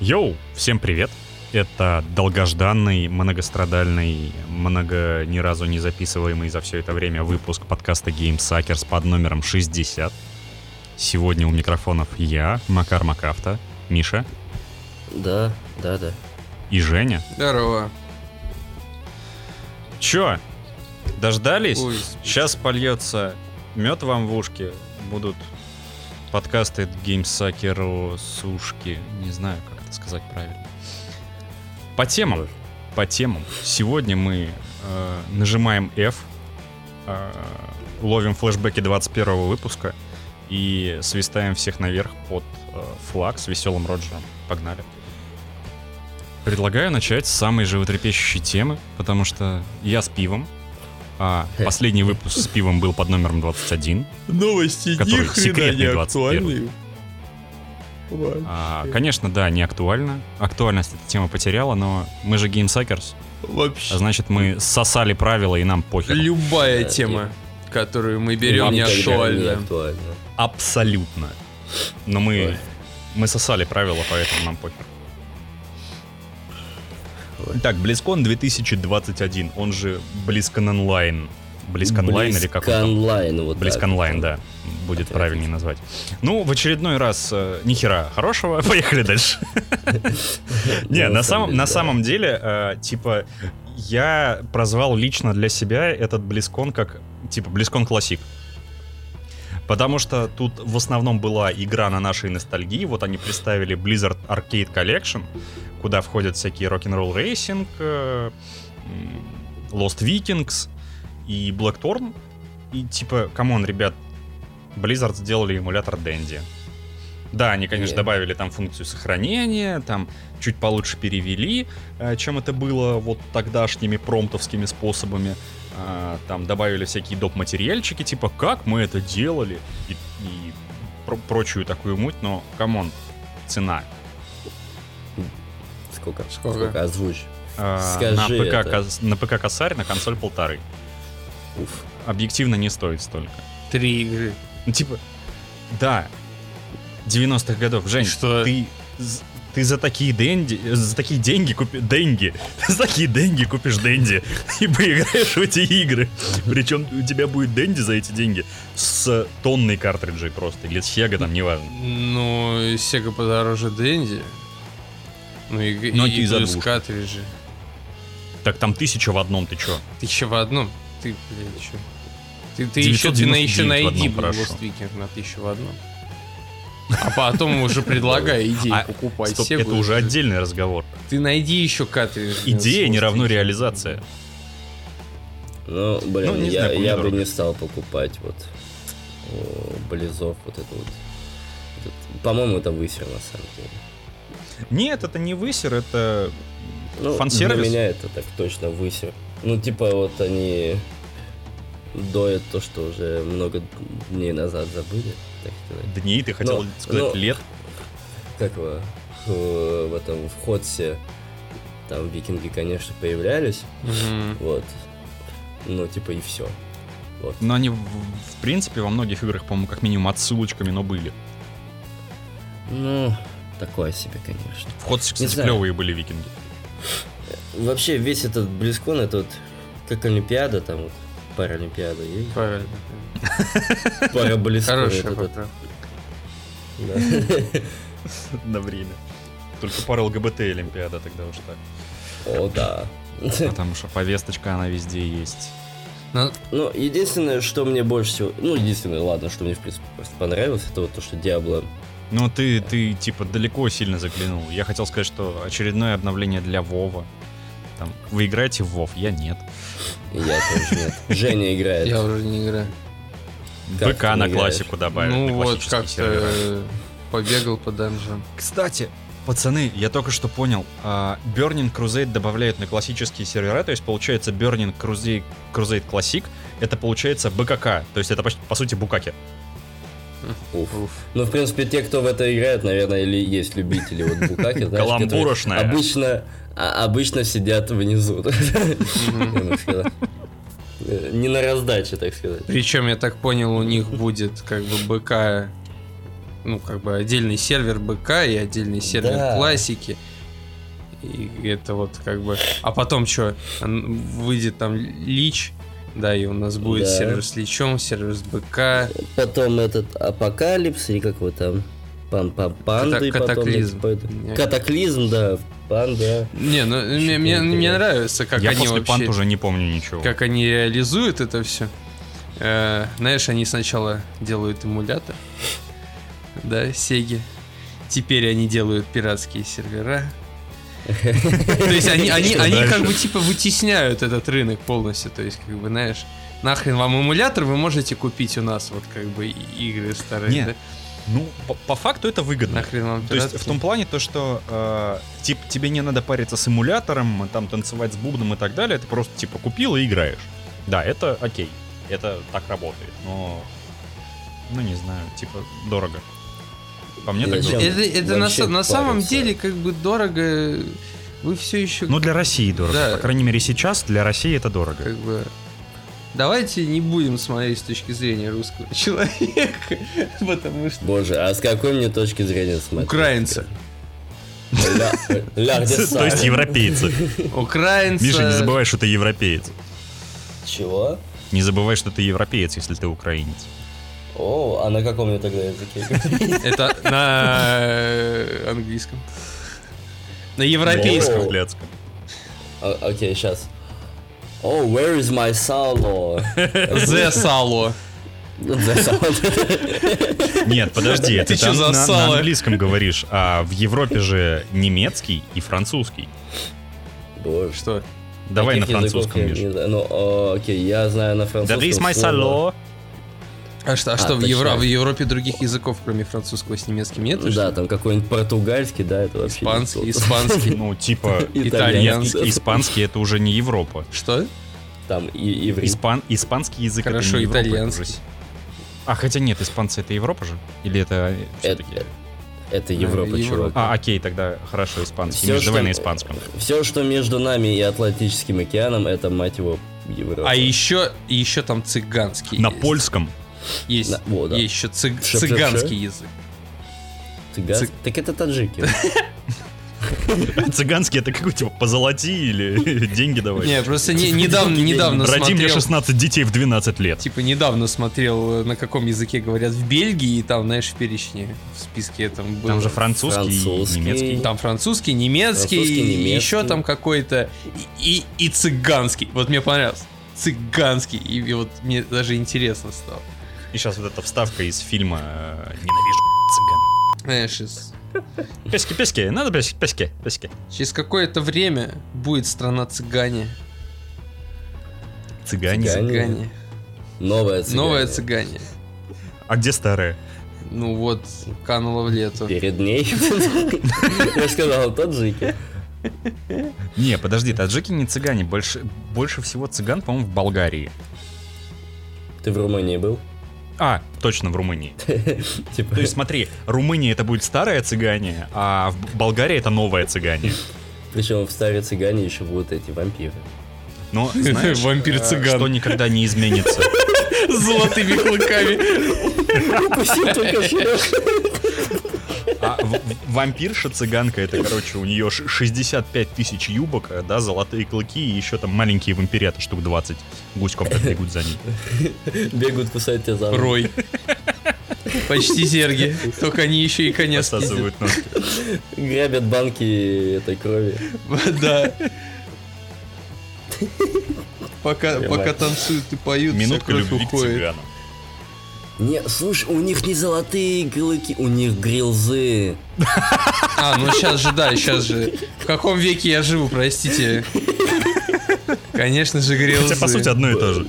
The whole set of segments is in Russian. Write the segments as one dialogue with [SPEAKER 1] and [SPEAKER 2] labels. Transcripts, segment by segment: [SPEAKER 1] Йоу, всем привет! Это долгожданный, многострадальный, много ни разу не записываемый за все это время выпуск подкаста GameSuckers под номером 60. Сегодня у микрофонов я, Макар Макафта, Миша
[SPEAKER 2] Да, да, да.
[SPEAKER 1] и Женя.
[SPEAKER 3] Здорово.
[SPEAKER 1] Чё? Дождались?
[SPEAKER 3] Ой, спит.
[SPEAKER 1] Сейчас польется мед вам в ушки. Будут подкасты геймсакеру сушки. Не знаю, как это сказать правильно. По темам. По темам. Сегодня мы э, нажимаем F, э, ловим флешбеки 21 выпуска и свистаем всех наверх под э, флаг с веселым Роджером. Погнали. Предлагаю начать с самой животрепещущей темы, потому что я с пивом. А последний выпуск с пивом был под номером 21.
[SPEAKER 3] Новости
[SPEAKER 1] Который
[SPEAKER 3] ни хрена
[SPEAKER 1] секретный
[SPEAKER 3] не
[SPEAKER 1] 21.
[SPEAKER 3] актуальны. Вообще.
[SPEAKER 1] А, конечно, да, не актуально. Актуальность эта тема потеряла, но мы же геймсакерс.
[SPEAKER 3] Вообще.
[SPEAKER 1] А значит, мы сосали правила и нам похер.
[SPEAKER 3] Любая
[SPEAKER 2] Да,
[SPEAKER 3] тема, которую мы берем, не
[SPEAKER 2] Никогда
[SPEAKER 3] актуальна.
[SPEAKER 2] актуально.
[SPEAKER 1] Абсолютно. Но мы,
[SPEAKER 2] Ой.
[SPEAKER 1] мы сосали правила, поэтому нам похер.
[SPEAKER 2] Ой.
[SPEAKER 1] Так, BlizzCon 2021, он же BlizzCon Online. BlizzCon Online или как он там?
[SPEAKER 2] Близконлайн, вот так.
[SPEAKER 1] BlizzConline, да, будет
[SPEAKER 2] Отлично.
[SPEAKER 1] правильнее назвать. Ну, в очередной раз э, ни хера хорошего, поехали дальше. Не,
[SPEAKER 2] Ну,
[SPEAKER 1] на самом,
[SPEAKER 2] деле,
[SPEAKER 1] на
[SPEAKER 2] да.
[SPEAKER 1] самом деле, э, типа, я прозвал лично для себя этот Близкон как, типа, Близкон Классик. Потому что тут в основном была игра на нашей ностальгии. Вот они представили Blizzard Arcade Collection, куда входят всякие Rock'n'Roll Racing, э, м, Lost Vikings и Blackthorn. И типа, камон, ребят, Blizzard сделали эмулятор Дэнди. Да, они, конечно,
[SPEAKER 2] Yeah.
[SPEAKER 1] добавили там функцию сохранения, там чуть получше перевели, э, чем это было вот тогдашними промптовскими способами. А, Там добавили всякие доп-материальчики, типа как мы это делали и, и про- прочую такую муть, но, камон, цена.
[SPEAKER 2] Сколько?
[SPEAKER 3] Сколько?
[SPEAKER 2] Сколько озвучь?
[SPEAKER 1] А,
[SPEAKER 2] Скажи
[SPEAKER 1] на, ПК,
[SPEAKER 2] это.
[SPEAKER 1] кос- на ПК косарь, на консоль полторы.
[SPEAKER 2] Уф.
[SPEAKER 1] Объективно не стоит столько.
[SPEAKER 3] Три игры.
[SPEAKER 1] Ну, типа, да, 90-х годов. Жень,
[SPEAKER 3] Что?
[SPEAKER 1] ты, з- ты за такие деньги, за такие деньги купи... Деньги. За такие деньги купишь денди и поиграешь в эти игры. Причем у тебя будет денди за эти деньги с тонной картриджей просто. Или с Sega, там, неважно.
[SPEAKER 3] Ну, Sega подороже Дэнди. Ну и, и,
[SPEAKER 1] Но это
[SPEAKER 3] и
[SPEAKER 1] из-за
[SPEAKER 3] плюс
[SPEAKER 1] двушки.
[SPEAKER 3] картриджи.
[SPEAKER 1] Так там тысяча в одном, ты чё?
[SPEAKER 3] Ты еще в одном? Ты, блядь, чё? Ты, ты еще, ты на,
[SPEAKER 1] 999
[SPEAKER 3] еще
[SPEAKER 1] в
[SPEAKER 3] найди
[SPEAKER 1] одном, хорошо.
[SPEAKER 3] Lost Weekend на тысячу в одном. А потом уже предлагай идеи
[SPEAKER 1] А,
[SPEAKER 3] покупай
[SPEAKER 1] Стоп,
[SPEAKER 3] Sega.
[SPEAKER 1] это уже отдельный разговор.
[SPEAKER 3] Ты найди еще картридж.
[SPEAKER 1] Идея не
[SPEAKER 3] Lost
[SPEAKER 1] равно
[SPEAKER 3] Weekend.
[SPEAKER 1] реализация.
[SPEAKER 2] Ну, блин,
[SPEAKER 1] Ну, не
[SPEAKER 2] я,
[SPEAKER 1] знаю,
[SPEAKER 2] я
[SPEAKER 1] помидоры.
[SPEAKER 2] бы не стал покупать вот о, Близов, вот это вот. Этот- По-моему, это высер на самом деле.
[SPEAKER 1] Нет, это не высер, это
[SPEAKER 2] Ну,
[SPEAKER 1] фан-сервис.
[SPEAKER 2] Для меня это так точно высер. Ну, типа, вот они доят то, что уже много дней назад забыли, так сказать.
[SPEAKER 1] Дней, ты хотел
[SPEAKER 2] Ну,
[SPEAKER 1] сказать
[SPEAKER 2] ну,
[SPEAKER 1] лет.
[SPEAKER 2] Как его, э, в этом, в Ходсе, там викинги, конечно, появлялись,
[SPEAKER 3] Мгм.
[SPEAKER 2] вот. Ну, типа, и все. Вот.
[SPEAKER 1] Но они, в, в принципе, во многих играх, по-моему, как минимум отсылочками, но были.
[SPEAKER 2] Ну, такое себе, конечно.
[SPEAKER 1] В Ходсе, кстати,
[SPEAKER 2] знаю.
[SPEAKER 1] клевые были викинги.
[SPEAKER 2] Вообще, весь этот Близкон, это вот как Олимпиада, там вот, Паралимпиада и
[SPEAKER 3] Правильно.
[SPEAKER 2] пара
[SPEAKER 3] Хорошая
[SPEAKER 2] Близкон.
[SPEAKER 3] поправка.
[SPEAKER 1] На время. Только пара ЛГБТ и Олимпиада тогда уж так.
[SPEAKER 2] О, да.
[SPEAKER 1] Потому что А повесточка, она везде есть.
[SPEAKER 3] На-
[SPEAKER 2] Ну, единственное, что мне больше всего... Ну, единственное, ладно, что мне, в принципе, просто понравилось, это вот то, что Диабло...
[SPEAKER 1] Ну, ты, ты, типа, далеко сильно заглянул. Я хотел сказать, что очередное обновление для Вова. Там, вы играете в Вов? Я нет.
[SPEAKER 2] Я тоже нет. Женя играет.
[SPEAKER 3] Я уже не играю.
[SPEAKER 2] Как
[SPEAKER 1] ВК
[SPEAKER 2] ты
[SPEAKER 1] на
[SPEAKER 2] играешь?
[SPEAKER 1] классику добавили.
[SPEAKER 3] Ну
[SPEAKER 1] на
[SPEAKER 3] вот,
[SPEAKER 1] классические
[SPEAKER 3] как-то
[SPEAKER 1] сервера.
[SPEAKER 3] э, побегал по данжам.
[SPEAKER 1] Кстати, пацаны, я только что понял, а, Burning Crusade добавляют на классические сервера, то есть получается Burning Crusade, Crusade Classic, это получается БКК, то есть это почти, по сути букаки.
[SPEAKER 2] Уф.
[SPEAKER 3] Уф.
[SPEAKER 2] Ну, в принципе, те, кто в это играет, наверное, или есть любители вот букаки, знаешь, которые
[SPEAKER 1] Каламбурошная.
[SPEAKER 2] Обычно, а- обычно сидят внизу.
[SPEAKER 3] Мгм.
[SPEAKER 2] Я бы сказал. Э, Не на раздаче, так сказать.
[SPEAKER 3] Причем, я так понял, у них будет как бы БК ну, как бы отдельный сервер БК и отдельный сервер
[SPEAKER 2] Да.
[SPEAKER 3] классики. И это вот как бы... А потом что? Выйдет там лич, да, и у нас будет
[SPEAKER 2] Да.
[SPEAKER 3] сервер с личом, сервер с БК.
[SPEAKER 2] Потом этот апокалипс, или как его там, пан пан панды
[SPEAKER 3] Ката-
[SPEAKER 2] потом
[SPEAKER 3] катаклизм.
[SPEAKER 2] эти поэты.
[SPEAKER 3] Не.
[SPEAKER 2] Катаклизм, да, панда.
[SPEAKER 3] Не, ну мне,
[SPEAKER 2] Что-то
[SPEAKER 3] мне, мне
[SPEAKER 2] интересно.
[SPEAKER 3] нравится, как
[SPEAKER 1] Я
[SPEAKER 3] они
[SPEAKER 1] после пант
[SPEAKER 3] вообще...
[SPEAKER 1] уже не помню ничего.
[SPEAKER 3] Как они реализуют это все. знаешь, они сначала делают эмулятор, да, Сеги. Теперь они делают пиратские сервера. То есть они, они,
[SPEAKER 1] Что
[SPEAKER 3] они как
[SPEAKER 1] дальше?
[SPEAKER 3] бы типа вытесняют этот рынок полностью. То есть, как бы, знаешь, нахрен вам эмулятор, вы можете купить у нас вот как бы и- игры старые,
[SPEAKER 1] Не,
[SPEAKER 3] да?
[SPEAKER 1] Ну, по, по факту это выгодно.
[SPEAKER 3] Нахрен вам
[SPEAKER 1] То есть в
[SPEAKER 3] пиратские?
[SPEAKER 1] том плане то, что э, тип, тебе не надо париться с эмулятором, там танцевать с бубном и так далее, ты просто типа купил и играешь. Да, это окей, это так работает, но, ну не знаю, типа дорого. По мне так
[SPEAKER 2] Зачем?
[SPEAKER 1] дорого.
[SPEAKER 3] Это, это на,
[SPEAKER 2] Вообще
[SPEAKER 3] са- на самом
[SPEAKER 2] париться.
[SPEAKER 3] деле как бы дорого. Вы все еще
[SPEAKER 1] Ну для России дорого,
[SPEAKER 3] Да.
[SPEAKER 1] по крайней мере сейчас для России это дорого.
[SPEAKER 3] как бы... Давайте не будем смотреть с точки зрения русского человека, потому что...
[SPEAKER 2] Боже, а с какой мне точки зрения смотреть?
[SPEAKER 3] Украинца.
[SPEAKER 2] Ля- э, ля, где
[SPEAKER 1] То есть
[SPEAKER 2] Саша?
[SPEAKER 1] европейцы.
[SPEAKER 3] Украинца...
[SPEAKER 1] Миша, не забывай, что ты европеец.
[SPEAKER 2] Чего?
[SPEAKER 1] Не забывай, что ты европеец, если ты украинец.
[SPEAKER 2] О, а на каком мне тогда языке?
[SPEAKER 3] Это на э, английском.
[SPEAKER 1] Ну,
[SPEAKER 3] На европейском.
[SPEAKER 2] О.
[SPEAKER 1] Блядском.
[SPEAKER 2] О- Окей, сейчас. О, where is my solo?
[SPEAKER 3] The сало.
[SPEAKER 2] The sound.
[SPEAKER 1] Нет, подожди,
[SPEAKER 3] Ты
[SPEAKER 1] ты
[SPEAKER 3] чё
[SPEAKER 1] там на-
[SPEAKER 3] зассала?
[SPEAKER 1] на английском говоришь, а в Европе же немецкий и французский.
[SPEAKER 2] Боже.
[SPEAKER 3] Что?
[SPEAKER 1] Давай на
[SPEAKER 2] Каких языков
[SPEAKER 1] французском,
[SPEAKER 2] я
[SPEAKER 1] Миш.
[SPEAKER 2] не знаю. Ну, о, окей, я знаю на французском.
[SPEAKER 1] Да my
[SPEAKER 2] слово.
[SPEAKER 1] salo.
[SPEAKER 3] А что, а что в,
[SPEAKER 2] точно.
[SPEAKER 3] Евро- в Европе других языков, кроме французского с немецким, нет?
[SPEAKER 2] Да, там какой-нибудь португальский, да, это вообще...
[SPEAKER 3] Испанский,
[SPEAKER 2] не то.
[SPEAKER 3] испанский.
[SPEAKER 1] Ну, типа,
[SPEAKER 2] Итальянский.
[SPEAKER 1] итальянский, испанский это уже не Европа.
[SPEAKER 3] Что?
[SPEAKER 2] Там и иврит.
[SPEAKER 1] Испан, испанский язык
[SPEAKER 3] Хорошо,
[SPEAKER 1] это не Европа, это
[SPEAKER 3] итальянский.
[SPEAKER 1] уже с- А хотя нет, испанцы это Европа же? Или это
[SPEAKER 2] Это-
[SPEAKER 1] все-таки?
[SPEAKER 2] Это Европа,
[SPEAKER 3] Европа.
[SPEAKER 2] чувак.
[SPEAKER 1] А, окей, тогда хорошо, испанский.
[SPEAKER 2] Всё,
[SPEAKER 1] Миш, давай
[SPEAKER 2] что-
[SPEAKER 1] на испанском.
[SPEAKER 2] Все, что между нами и Атлантическим океаном, это, мать его, Европа.
[SPEAKER 3] А еще, и еще там цыганский.
[SPEAKER 1] На
[SPEAKER 3] есть.
[SPEAKER 1] польском.
[SPEAKER 3] Есть,
[SPEAKER 2] На- во, да.
[SPEAKER 3] есть еще цыг-
[SPEAKER 2] Ше- ше- ше.
[SPEAKER 3] цыганский язык.
[SPEAKER 2] Цыган-
[SPEAKER 3] цыг-
[SPEAKER 2] Так это таджики.
[SPEAKER 1] А Цыганский это какой типа позолоти или деньги давай.
[SPEAKER 3] Не, просто не- недавно, недавно
[SPEAKER 1] Роди мне
[SPEAKER 3] смотрел...
[SPEAKER 1] 16 детей в 12 лет.
[SPEAKER 3] Типа недавно смотрел, э, на каком языке говорят в Бельгии, и там, знаешь, в перечне в списке там был...
[SPEAKER 1] Там же французский,
[SPEAKER 2] Французский.
[SPEAKER 1] и немецкий.
[SPEAKER 3] Там французский, немецкий,
[SPEAKER 2] Французский, немецкий.
[SPEAKER 3] еще там какой-то, и, и, и цыганский. Вот мне понравилось. Цыганский. И, и вот мне даже интересно стало.
[SPEAKER 1] И сейчас вот эта вставка из фильма э, «Ненавижу
[SPEAKER 3] Знаешь, из-
[SPEAKER 1] цыган». Пески, пески, надо пески, пески, пески.
[SPEAKER 3] через какое-то время будет страна цыгане.
[SPEAKER 1] Цыгане.
[SPEAKER 2] Цыгане.
[SPEAKER 3] Цыгане.
[SPEAKER 2] Новая Ну, цыгане.
[SPEAKER 3] Новая цыгане.
[SPEAKER 1] А где старые?
[SPEAKER 3] Ну вот, кануло в лету.
[SPEAKER 2] Перед ней. Я же сказал, таджики.
[SPEAKER 1] Не, подожди, таджики не цыгане. Больше, больше всего цыган, по-моему, в Болгарии.
[SPEAKER 2] Ты в Румынии был?
[SPEAKER 1] А, точно, в Румынии.
[SPEAKER 2] Типа,
[SPEAKER 1] То есть смотри, Румыния это будет старая цыгане, а в Болгарии это новая цыгане.
[SPEAKER 2] причем в старой цыгане еще будут эти вампиры.
[SPEAKER 1] Но знаешь,
[SPEAKER 3] Вампир
[SPEAKER 1] э,
[SPEAKER 3] цыган.
[SPEAKER 1] что никогда не изменится.
[SPEAKER 3] С золотыми клыками.
[SPEAKER 2] Укусил твой кошелек.
[SPEAKER 1] А в- в- вампирша цыганка, это, короче, у нее ш- 65 тысяч юбок, э, да, золотые клыки и еще там маленькие вампирята штук 20 гуськом так бегут за ней.
[SPEAKER 2] Бегают кусать тебя за руку.
[SPEAKER 3] Рой. Почти зерги. Только они еще и конец пиздят.
[SPEAKER 1] Сосасывают ножки.
[SPEAKER 2] Грабят банки этой крови.
[SPEAKER 3] Да. Пока,
[SPEAKER 2] Понимаю.
[SPEAKER 3] пока танцуют и поют, вся
[SPEAKER 1] Минутка
[SPEAKER 3] кровь
[SPEAKER 1] любви к
[SPEAKER 3] уходит.
[SPEAKER 1] цыганам.
[SPEAKER 2] Не, слушай, у них не золотые клыки, у них грилзы.
[SPEAKER 3] А, ну сейчас же, да, сейчас же. В каком веке я живу, простите. Конечно же, грелзы.
[SPEAKER 1] Хотя, по сути, одно и то же.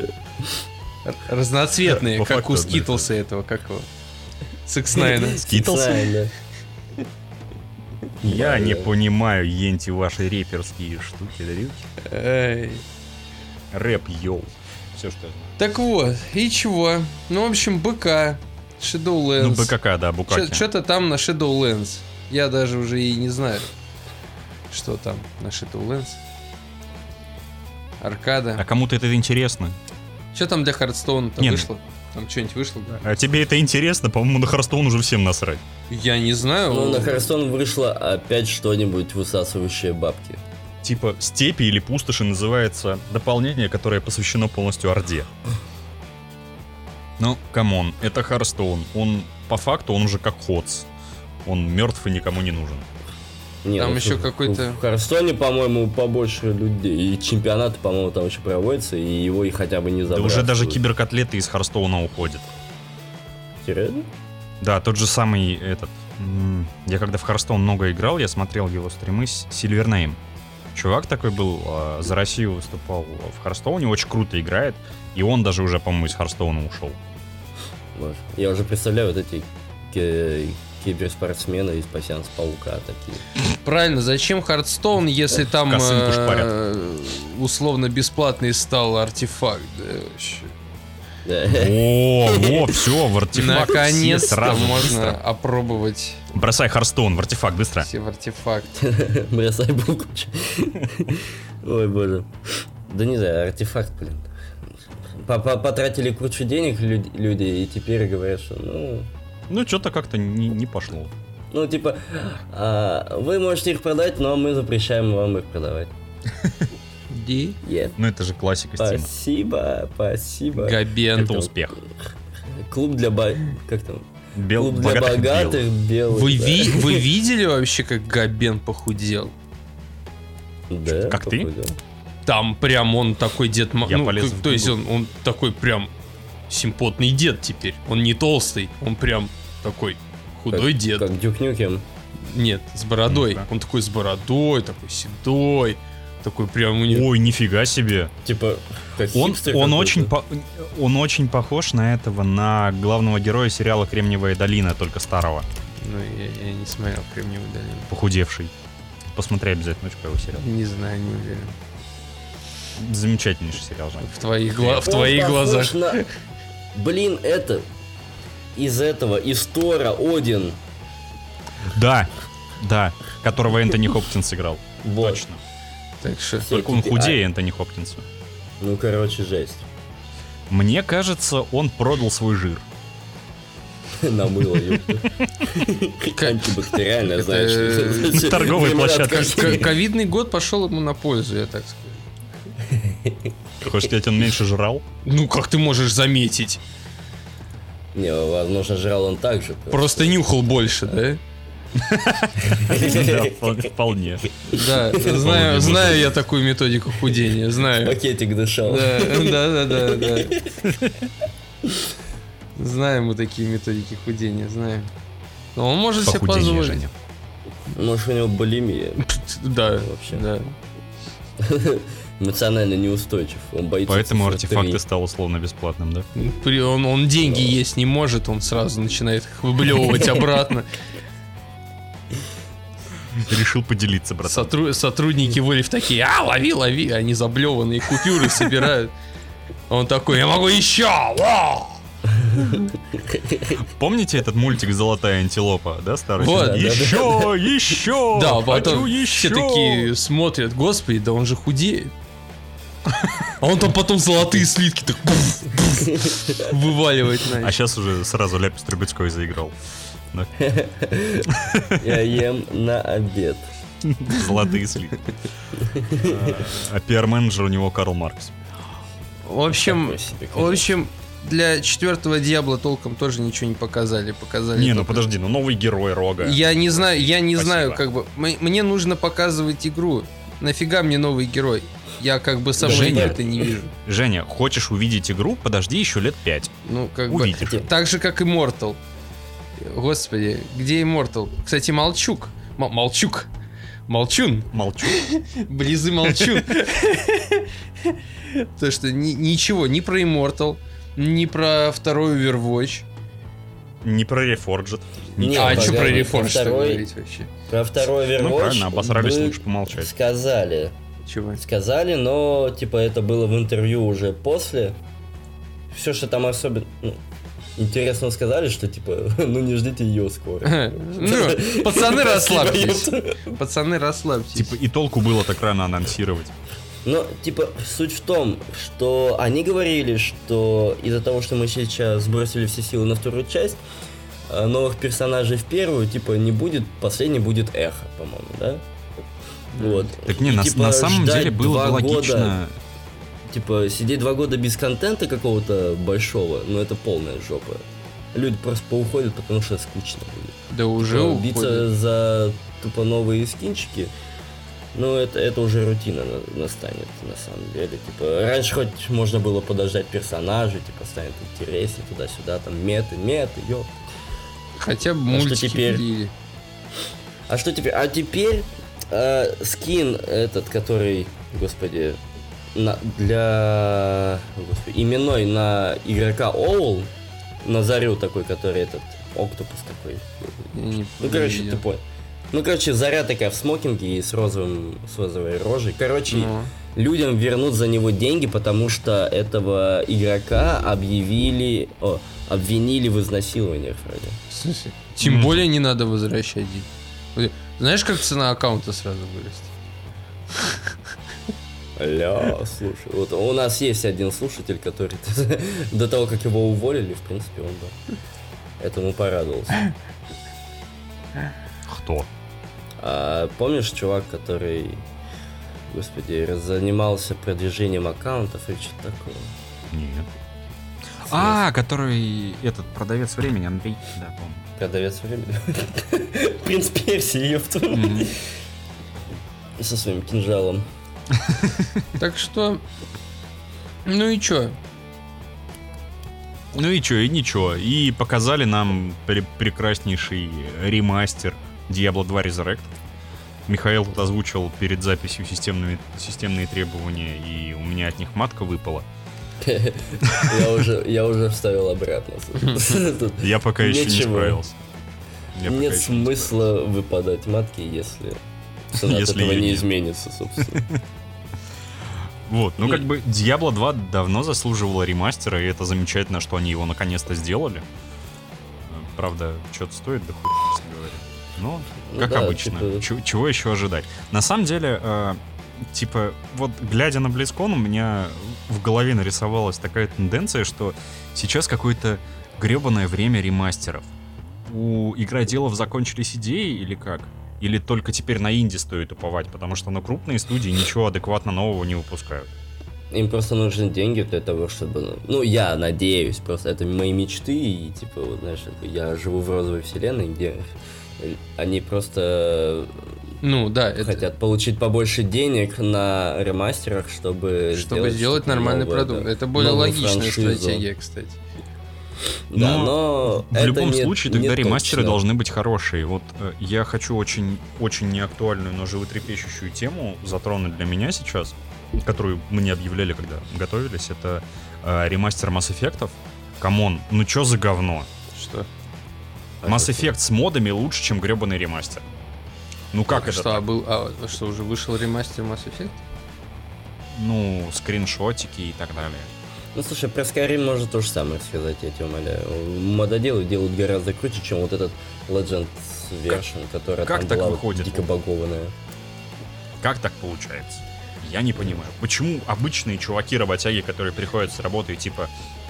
[SPEAKER 3] Р- Разноцветные,
[SPEAKER 1] По
[SPEAKER 3] как
[SPEAKER 1] факту
[SPEAKER 3] у
[SPEAKER 1] одно и то же.
[SPEAKER 3] Скитлса этого, как его. Секснайна.
[SPEAKER 1] Скитлсы?
[SPEAKER 2] Специально.
[SPEAKER 1] Я не
[SPEAKER 2] Да.
[SPEAKER 1] понимаю, енти ваши реперские штуки, дрюки. Рэп, йоу. Все, что я знаю.
[SPEAKER 3] Так вот, и чего? Ну, в общем, БК, Shadowlands.
[SPEAKER 1] Ну, БКК, да, Букаки.
[SPEAKER 3] Что-то там на Shadowlands. Я даже уже и не знаю, что там на Shadowlands. Аркада.
[SPEAKER 1] А кому-то это интересно?
[SPEAKER 3] Что там для Хардстоуна-то
[SPEAKER 1] Не, ну,
[SPEAKER 3] вышло? Там что-нибудь вышло?
[SPEAKER 1] А тебе это интересно? По-моему, на Харстоун уже всем насрать.
[SPEAKER 3] Я не знаю.
[SPEAKER 2] Ну, на Харстон вышло опять что-нибудь высасывающее бабки.
[SPEAKER 1] Типа «Степи» или «Пустоши» называется дополнение, которое посвящено полностью Орде. Ну, камон, это Харстоун. Он, по факту, он уже как Ходс. Он мертв и никому не нужен.
[SPEAKER 2] Не,
[SPEAKER 3] Там
[SPEAKER 2] ну,
[SPEAKER 3] еще
[SPEAKER 2] в-
[SPEAKER 3] какой-то-
[SPEAKER 2] В Харстоне, по-моему, побольше людей. И чемпионат, по-моему, там еще проводится, и его и хотя бы не
[SPEAKER 1] Да
[SPEAKER 2] забрасывают.
[SPEAKER 1] уже даже киберкотлеты из Харстоуна уходят.
[SPEAKER 2] Серьезно?
[SPEAKER 1] Да, тот же самый этот. м, Я когда в Харстоун много играл, я смотрел его стримы с Сильвернейм. Чувак такой был, а, за Россию выступал в Харстоуне, очень круто играет. И он даже уже, по-моему, из Харстоуна ушел.
[SPEAKER 2] Может. Я уже представляю вот эти ки- киберспортсмены из Пассианс Паука такие.
[SPEAKER 3] Правильно, зачем Хардстоун, если там
[SPEAKER 1] Косынку
[SPEAKER 3] э,
[SPEAKER 1] шпарят.
[SPEAKER 3] условно бесплатный стал артефакт? Да, вообще.
[SPEAKER 2] Да.
[SPEAKER 1] О, во, все, в артефакт. все
[SPEAKER 3] Наконец-то
[SPEAKER 1] сразу
[SPEAKER 3] можно
[SPEAKER 1] быстро.
[SPEAKER 3] опробовать
[SPEAKER 1] Бросай Харстоун в артефакт, быстро.
[SPEAKER 3] все в артефакт.
[SPEAKER 2] Бросай булку. Ой, боже. Да не знаю, артефакт, блин. По- по- Потратили кучу денег лю- люди, и теперь говорят, что ну,
[SPEAKER 1] Ну, что-то как-то не, не пошло.
[SPEAKER 2] ну типа, а, вы можете их продать, но мы запрещаем вам их продавать.
[SPEAKER 3] Ди.
[SPEAKER 2] Е,
[SPEAKER 1] Ну, это же классика Стима.
[SPEAKER 2] Спасибо, спасибо.
[SPEAKER 3] Габен.
[SPEAKER 1] Это успех.
[SPEAKER 2] Клуб для ба... Как там?
[SPEAKER 1] Бел,
[SPEAKER 2] Клуб для
[SPEAKER 1] богатых и белых.
[SPEAKER 2] богатых белых.
[SPEAKER 3] Вы,
[SPEAKER 2] да.
[SPEAKER 3] ви- вы видели вообще, как Габен похудел?
[SPEAKER 2] Да,
[SPEAKER 1] Как ты?
[SPEAKER 2] походу.
[SPEAKER 3] Там прям он такой дед... Ма-
[SPEAKER 1] Я
[SPEAKER 3] ну,
[SPEAKER 1] полез
[SPEAKER 3] то-
[SPEAKER 1] в
[SPEAKER 3] то есть он,
[SPEAKER 1] Google.
[SPEAKER 3] он такой прям симпотный дед теперь. Он не толстый, он прям такой худой
[SPEAKER 2] Как-
[SPEAKER 3] дед.
[SPEAKER 2] Как Дюк Нюкем.
[SPEAKER 3] Нет, с бородой.
[SPEAKER 1] Ну-ка.
[SPEAKER 3] Он такой с бородой, такой седой. Такой прям у него...
[SPEAKER 1] Ой, нифига себе.
[SPEAKER 2] Типа, как
[SPEAKER 1] Он,
[SPEAKER 2] хипстер
[SPEAKER 1] он,
[SPEAKER 2] какой-то.
[SPEAKER 1] очень по- он очень похож на этого, на главного героя сериала «Кремниевая долина», только старого,
[SPEAKER 3] Ну, я, я не смотрел Кремниевую долину.
[SPEAKER 1] похудевший. Посмотри обязательно, очень клевый сериал.
[SPEAKER 3] Не знаю, не уверен.
[SPEAKER 1] Замечательнейший сериал, Жень.
[SPEAKER 3] В твоих, гла- в
[SPEAKER 2] Он
[SPEAKER 3] твоих
[SPEAKER 2] похож
[SPEAKER 3] глазах.
[SPEAKER 2] на- Блин, это... Из этого, из Тора, Один.
[SPEAKER 1] Да, да, которого Энтони Хопкинс играл.
[SPEAKER 2] Вот.
[SPEAKER 1] Точно.
[SPEAKER 3] Так что...
[SPEAKER 2] Всё,
[SPEAKER 1] Только он
[SPEAKER 2] теперь-
[SPEAKER 1] худее Энтони Хопкинса.
[SPEAKER 2] а, ну, короче, жесть.
[SPEAKER 1] Мне кажется, он продал свой жир.
[SPEAKER 2] Намыло, ёпта. Антибактериальное,
[SPEAKER 3] Это-
[SPEAKER 2] знаешь.
[SPEAKER 1] На торговой
[SPEAKER 2] Лимонад
[SPEAKER 1] площадке.
[SPEAKER 2] как-
[SPEAKER 3] К- Ковидный год пошел ему на пользу, я так скажу.
[SPEAKER 1] Хочешь сказать, он меньше жрал?
[SPEAKER 3] Ну, как ты можешь заметить?
[SPEAKER 2] Не, возможно, жрал он так же.
[SPEAKER 3] Просто нюхал больше, да?
[SPEAKER 1] Да, впол- вполне.
[SPEAKER 3] Да, знаю, знаю я такую методику худения, знаю.
[SPEAKER 2] Пакетик дышал.
[SPEAKER 3] Да, да, да, да, да. Знаем мы такие методики худения, знаем. Но он может себе
[SPEAKER 1] Похудение,
[SPEAKER 3] позволить.
[SPEAKER 1] Женя.
[SPEAKER 2] Может, у него булимия.
[SPEAKER 3] Да,
[SPEAKER 2] Вообще.
[SPEAKER 3] да.
[SPEAKER 2] Эмоционально неустойчив. Он боится.
[SPEAKER 1] Поэтому
[SPEAKER 2] цифры
[SPEAKER 1] артефакт и
[SPEAKER 2] три.
[SPEAKER 1] стал условно бесплатным, да?
[SPEAKER 3] При- Он, он деньги есть не может, он сразу начинает их выблевывать обратно.
[SPEAKER 1] Решил поделиться, братан.
[SPEAKER 3] Сотру- сотрудники вылив такие, а, лови, лови. Они заблеванные купюры собирают. Он такой, я могу еще! Во!»
[SPEAKER 1] Помните этот мультик «Золотая антилопа», да, старый?
[SPEAKER 3] Вот, да, да,
[SPEAKER 1] еще, еще,
[SPEAKER 3] Да,
[SPEAKER 1] хочу
[SPEAKER 3] потом
[SPEAKER 1] еще.
[SPEAKER 3] все такие смотрят, господи, да он же худеет. А он там потом золотые слитки так пф, пф, вываливает на
[SPEAKER 1] А сейчас уже сразу Ляпис Трубецкой заиграл. Да,
[SPEAKER 2] Я ем на обед.
[SPEAKER 1] Золотые слитки. А пиар-менеджер у него Карл Маркс.
[SPEAKER 3] В общем,
[SPEAKER 2] Такой себе,
[SPEAKER 3] в
[SPEAKER 2] конечно.
[SPEAKER 3] общем, для четвертого Диабла толком тоже ничего не показали. Показали
[SPEAKER 1] Не, ну
[SPEAKER 3] только-
[SPEAKER 1] подожди, ну новый герой Рога.
[SPEAKER 3] Я не знаю, я не
[SPEAKER 1] Спасибо.
[SPEAKER 3] знаю, как бы. м- Мне нужно показывать игру. Нафига мне новый герой? Я как бы сам
[SPEAKER 1] Женя.
[SPEAKER 3] это не вижу.
[SPEAKER 1] Женя, хочешь увидеть игру? Подожди еще лет пять.
[SPEAKER 3] Ну, как бы.
[SPEAKER 1] Увидишь.
[SPEAKER 3] Так же, как и Мортал. Господи, где Immortal? Кстати, Молчук. М- Молчук. Молчун.
[SPEAKER 1] Молчу.
[SPEAKER 3] Близы Молчун. То, что ни- ничего, ни про Immortal, ни про второй Overwatch.
[SPEAKER 1] Не про Reforged.
[SPEAKER 2] Не,
[SPEAKER 1] Ничего.
[SPEAKER 3] А
[SPEAKER 2] погоди,
[SPEAKER 3] что про
[SPEAKER 2] про
[SPEAKER 3] Reforged что
[SPEAKER 2] второй-
[SPEAKER 3] говорить вообще?
[SPEAKER 2] Про второй Overwatch
[SPEAKER 1] Ну правильно, обосрались,
[SPEAKER 2] вы
[SPEAKER 1] лучше помолчать.
[SPEAKER 2] Сказали.
[SPEAKER 3] Чего?
[SPEAKER 2] Сказали, но типа это было в интервью уже после. Все, что там особенно ну, интересно сказали, что типа, ну не ждите ее скоро. Типа,
[SPEAKER 3] Ну, пацаны, расслабьтесь.
[SPEAKER 2] Спасибо, ёпта.
[SPEAKER 3] Пацаны, расслабьтесь.
[SPEAKER 1] Типа и толку было так рано анонсировать.
[SPEAKER 2] Но, типа, суть в том, что они говорили, что из-за того, что мы сейчас сбросили все силы на вторую часть, э, новых персонажей в первую, типа, не будет, последний будет эхо, по-моему, да? Вот.
[SPEAKER 1] Так не,
[SPEAKER 2] И,
[SPEAKER 1] на,
[SPEAKER 2] типа,
[SPEAKER 1] на самом
[SPEAKER 2] ждать
[SPEAKER 1] деле было
[SPEAKER 2] два
[SPEAKER 1] бы
[SPEAKER 2] года,
[SPEAKER 1] логично.
[SPEAKER 2] типа, сидеть два года без контента какого-то большого, ну это полная жопа. Люди просто поуходят, потому что скучно будет.
[SPEAKER 3] Да уже
[SPEAKER 2] Типа,
[SPEAKER 3] уходит.
[SPEAKER 2] Биться за тупо новые скинчики, ну это, это уже рутина на- настанет, на самом деле. Типа, раньше хоть можно было подождать персонажей, типа, станет интереснее туда-сюда, там, меты, меты, ёп.
[SPEAKER 3] Хотя бы
[SPEAKER 2] А что
[SPEAKER 3] мультики
[SPEAKER 2] теперь?
[SPEAKER 3] били.
[SPEAKER 2] А что теперь? А теперь э, скин этот, который, господи, на- для господи, именной на игрока Оул, на зарю такой, который этот, октопус такой.
[SPEAKER 3] Я не
[SPEAKER 2] Ну, короче,
[SPEAKER 3] видел.
[SPEAKER 2] ты понял. Ну, короче, заря такая в смокинге и с розовым, с розовой рожей. Короче,
[SPEAKER 3] Ну,
[SPEAKER 2] людям вернут за него деньги, потому что этого игрока объявили, о, обвинили в изнасилованиях вроде.
[SPEAKER 3] в смысле? Тем
[SPEAKER 1] Мгм.
[SPEAKER 3] более не надо возвращать деньги. Знаешь, как цена аккаунта сразу вырастет?
[SPEAKER 2] Ля, слушай, вот у нас есть один слушатель, который до того, как его уволили, в принципе, он бы этому порадовался.
[SPEAKER 1] Кто?
[SPEAKER 2] А помнишь, чувак, который, господи, занимался продвижением аккаунтов и что-то такое?
[SPEAKER 1] Нет. А, который этот продавец времени, Андрей, да, помню.
[SPEAKER 2] Продавец времени. Принц Персии, ёпта.
[SPEAKER 1] Мгм.
[SPEAKER 2] Со своим кинжалом.
[SPEAKER 3] Так что... Ну и чё?
[SPEAKER 1] Ну и чё, и ничего. И показали нам пре- прекраснейший ремастер Diablo 2 Resurrect. Михаил тут озвучил перед записью системные, системные требования, и у меня от них матка выпала.
[SPEAKER 2] Я уже, я уже вставил обратно. слушай. Тут
[SPEAKER 1] Я пока еще не
[SPEAKER 2] Нечего.
[SPEAKER 1] справился. Я пока
[SPEAKER 2] Нет
[SPEAKER 1] ещё не
[SPEAKER 2] смысла выпадать матки, если цена от
[SPEAKER 1] Если
[SPEAKER 2] этого
[SPEAKER 1] её
[SPEAKER 2] не
[SPEAKER 1] нет.
[SPEAKER 2] изменится, собственно.
[SPEAKER 1] Вот, ну как бы Diablo 2 давно заслуживала ремастера, и это замечательно, что они его наконец-то сделали. Э, Правда, что-то стоит, да хуй, честно говоря. Но,
[SPEAKER 2] Ну
[SPEAKER 1] как
[SPEAKER 2] да,
[SPEAKER 1] обычно,
[SPEAKER 2] типа-
[SPEAKER 1] чё- чего еще ожидать? На самом деле, э, типа, вот глядя на BlizzCon, у меня в голове нарисовалась такая тенденция, что сейчас какое-то гребаное время ремастеров. У игроделов закончились идеи или как? Или только теперь на инди стоит уповать, потому что на крупные студии ничего адекватно нового не выпускают.
[SPEAKER 2] Им просто нужны деньги для того, чтобы... Ну, я надеюсь, просто это мои мечты, и, типа, вот, знаешь, я живу в розовой вселенной, где они просто
[SPEAKER 3] Ну, да, это...
[SPEAKER 2] хотят получить побольше денег на ремастерах, чтобы
[SPEAKER 3] Чтобы сделать
[SPEAKER 2] что-то
[SPEAKER 3] нормальный
[SPEAKER 2] новое,
[SPEAKER 3] продукт.
[SPEAKER 2] да.
[SPEAKER 3] Это более
[SPEAKER 2] Новую
[SPEAKER 3] логичная
[SPEAKER 2] франшизу.
[SPEAKER 3] стратегия, кстати.
[SPEAKER 2] Да,
[SPEAKER 1] Ну,
[SPEAKER 2] но
[SPEAKER 1] В
[SPEAKER 2] это
[SPEAKER 1] любом
[SPEAKER 2] не-
[SPEAKER 1] случае,
[SPEAKER 2] не
[SPEAKER 1] тогда ремастеры
[SPEAKER 2] точно.
[SPEAKER 1] должны быть хорошие. Вот э, я хочу очень, очень неактуальную, но животрепещущую тему затронуть для меня сейчас, которую мне объявляли, когда готовились. Это э, ремастер Mass Effect. Камон, ну чё за говно?
[SPEAKER 3] Что?
[SPEAKER 2] А
[SPEAKER 1] Mass Effect с модами лучше, чем гребаный ремастер. Ну как
[SPEAKER 3] А
[SPEAKER 1] это?
[SPEAKER 3] Что,
[SPEAKER 1] так?
[SPEAKER 3] а был... а что, уже вышел ремастер Mass Effect?
[SPEAKER 1] Ну, скриншотики и так далее.
[SPEAKER 2] Ну, слушай, про Skyrim можно то же самое сказать, я тебя умоляю. Мододелы делают гораздо круче, чем вот этот Legend Version, которая
[SPEAKER 1] как
[SPEAKER 2] там
[SPEAKER 1] так
[SPEAKER 2] была вот
[SPEAKER 1] выходит?
[SPEAKER 2] дико багованная.
[SPEAKER 1] Как так получается? Я не понимаю. Почему обычные чуваки-работяги, которые приходят с работы и типа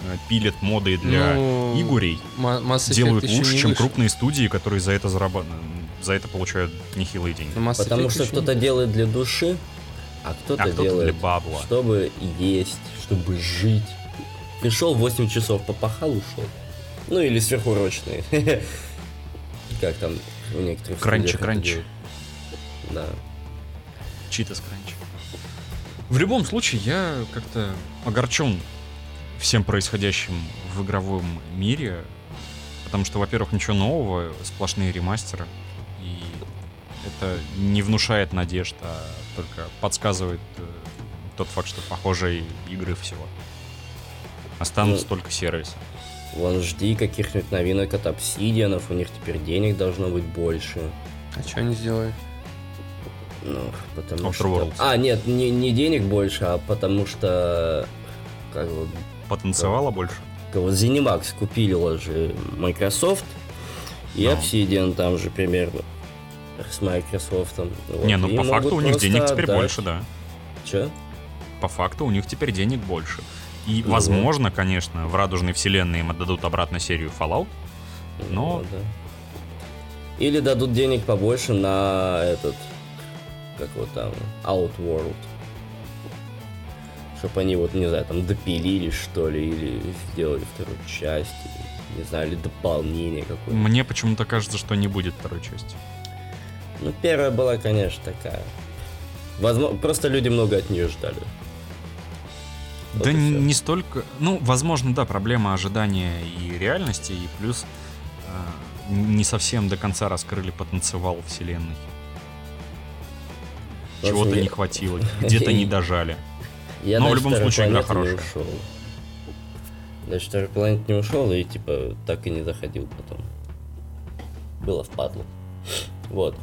[SPEAKER 1] э, пилят моды для
[SPEAKER 3] Ну,
[SPEAKER 1] Игорей,
[SPEAKER 3] Ма- Mass Effect
[SPEAKER 1] делают
[SPEAKER 3] еще
[SPEAKER 1] лучше,
[SPEAKER 3] не
[SPEAKER 1] чем
[SPEAKER 3] вышел.
[SPEAKER 1] крупные студии, которые за это зарабатывают, за это получают нехилые деньги.
[SPEAKER 3] Но Mass
[SPEAKER 2] Потому
[SPEAKER 3] Effect
[SPEAKER 2] что
[SPEAKER 3] еще
[SPEAKER 2] кто-то
[SPEAKER 3] не-
[SPEAKER 2] делает для души, а кто-то
[SPEAKER 1] а кто-то
[SPEAKER 2] делает,
[SPEAKER 1] для бабла.
[SPEAKER 2] чтобы есть, чтобы жить. Пришел 8 часов, попахал, ушел. Ну или сверхурочные. Как там у некоторых
[SPEAKER 1] Кранчи,
[SPEAKER 2] студиях это
[SPEAKER 1] кранчи.
[SPEAKER 2] делают. Да.
[SPEAKER 1] Чита скранч. В любом случае, я как-то огорчен всем происходящим в игровом мире, потому что, во-первых, ничего нового, сплошные ремастеры, и это не внушает надежд, а только подсказывает э, тот факт, что похожие игры всего. Останутся
[SPEAKER 2] Ну,
[SPEAKER 1] только сервисы.
[SPEAKER 2] Вон жди каких-нибудь новинок от обсидианов, у них теперь денег должно быть больше.
[SPEAKER 3] А что они сделали?
[SPEAKER 2] Ну, потому
[SPEAKER 1] Outer
[SPEAKER 2] что...
[SPEAKER 1] Worlds.
[SPEAKER 2] А, нет, не, не денег больше, а потому что... Как вот,
[SPEAKER 1] Потанцевала больше?
[SPEAKER 2] как вот ZeniMax купила же Microsoft, и
[SPEAKER 1] Ну.
[SPEAKER 2] Obsidian там же примерно с Microsoft.
[SPEAKER 1] ну, не, ну по факту у них денег теперь больше, да.
[SPEAKER 2] Че?
[SPEAKER 1] по факту у них теперь денег больше. И, возможно, конечно, в радужной вселенной им отдадут обратно серию Fallout. Но-
[SPEAKER 2] Да, да. Или дадут денег побольше на этот, как вот там, Outworld. Чтоб они вот, не знаю, там допилили, что ли, или сделали вторую часть, или, не знаю, или дополнение какое-то.
[SPEAKER 1] Мне почему-то кажется, что не будет второй части.
[SPEAKER 2] Ну, первая была, конечно, такая. Возможно, просто люди много от нее ждали. Вот
[SPEAKER 1] да
[SPEAKER 2] и
[SPEAKER 1] не,
[SPEAKER 2] всё.
[SPEAKER 1] не столько. Ну, возможно, да, проблема ожидания и реальности, и плюс э, не совсем до конца раскрыли потенциал вселенной.
[SPEAKER 2] Просто
[SPEAKER 1] Чего-то
[SPEAKER 2] я-
[SPEAKER 1] не хватило, где-то не дожали.
[SPEAKER 2] Я
[SPEAKER 1] Но в
[SPEAKER 2] дальше
[SPEAKER 1] любом
[SPEAKER 2] второй
[SPEAKER 1] случае игра
[SPEAKER 2] планеты не
[SPEAKER 1] хорошая.
[SPEAKER 2] ушел. Дальше второй планет не ушел и типа так и не заходил потом. Было впадло. Вот.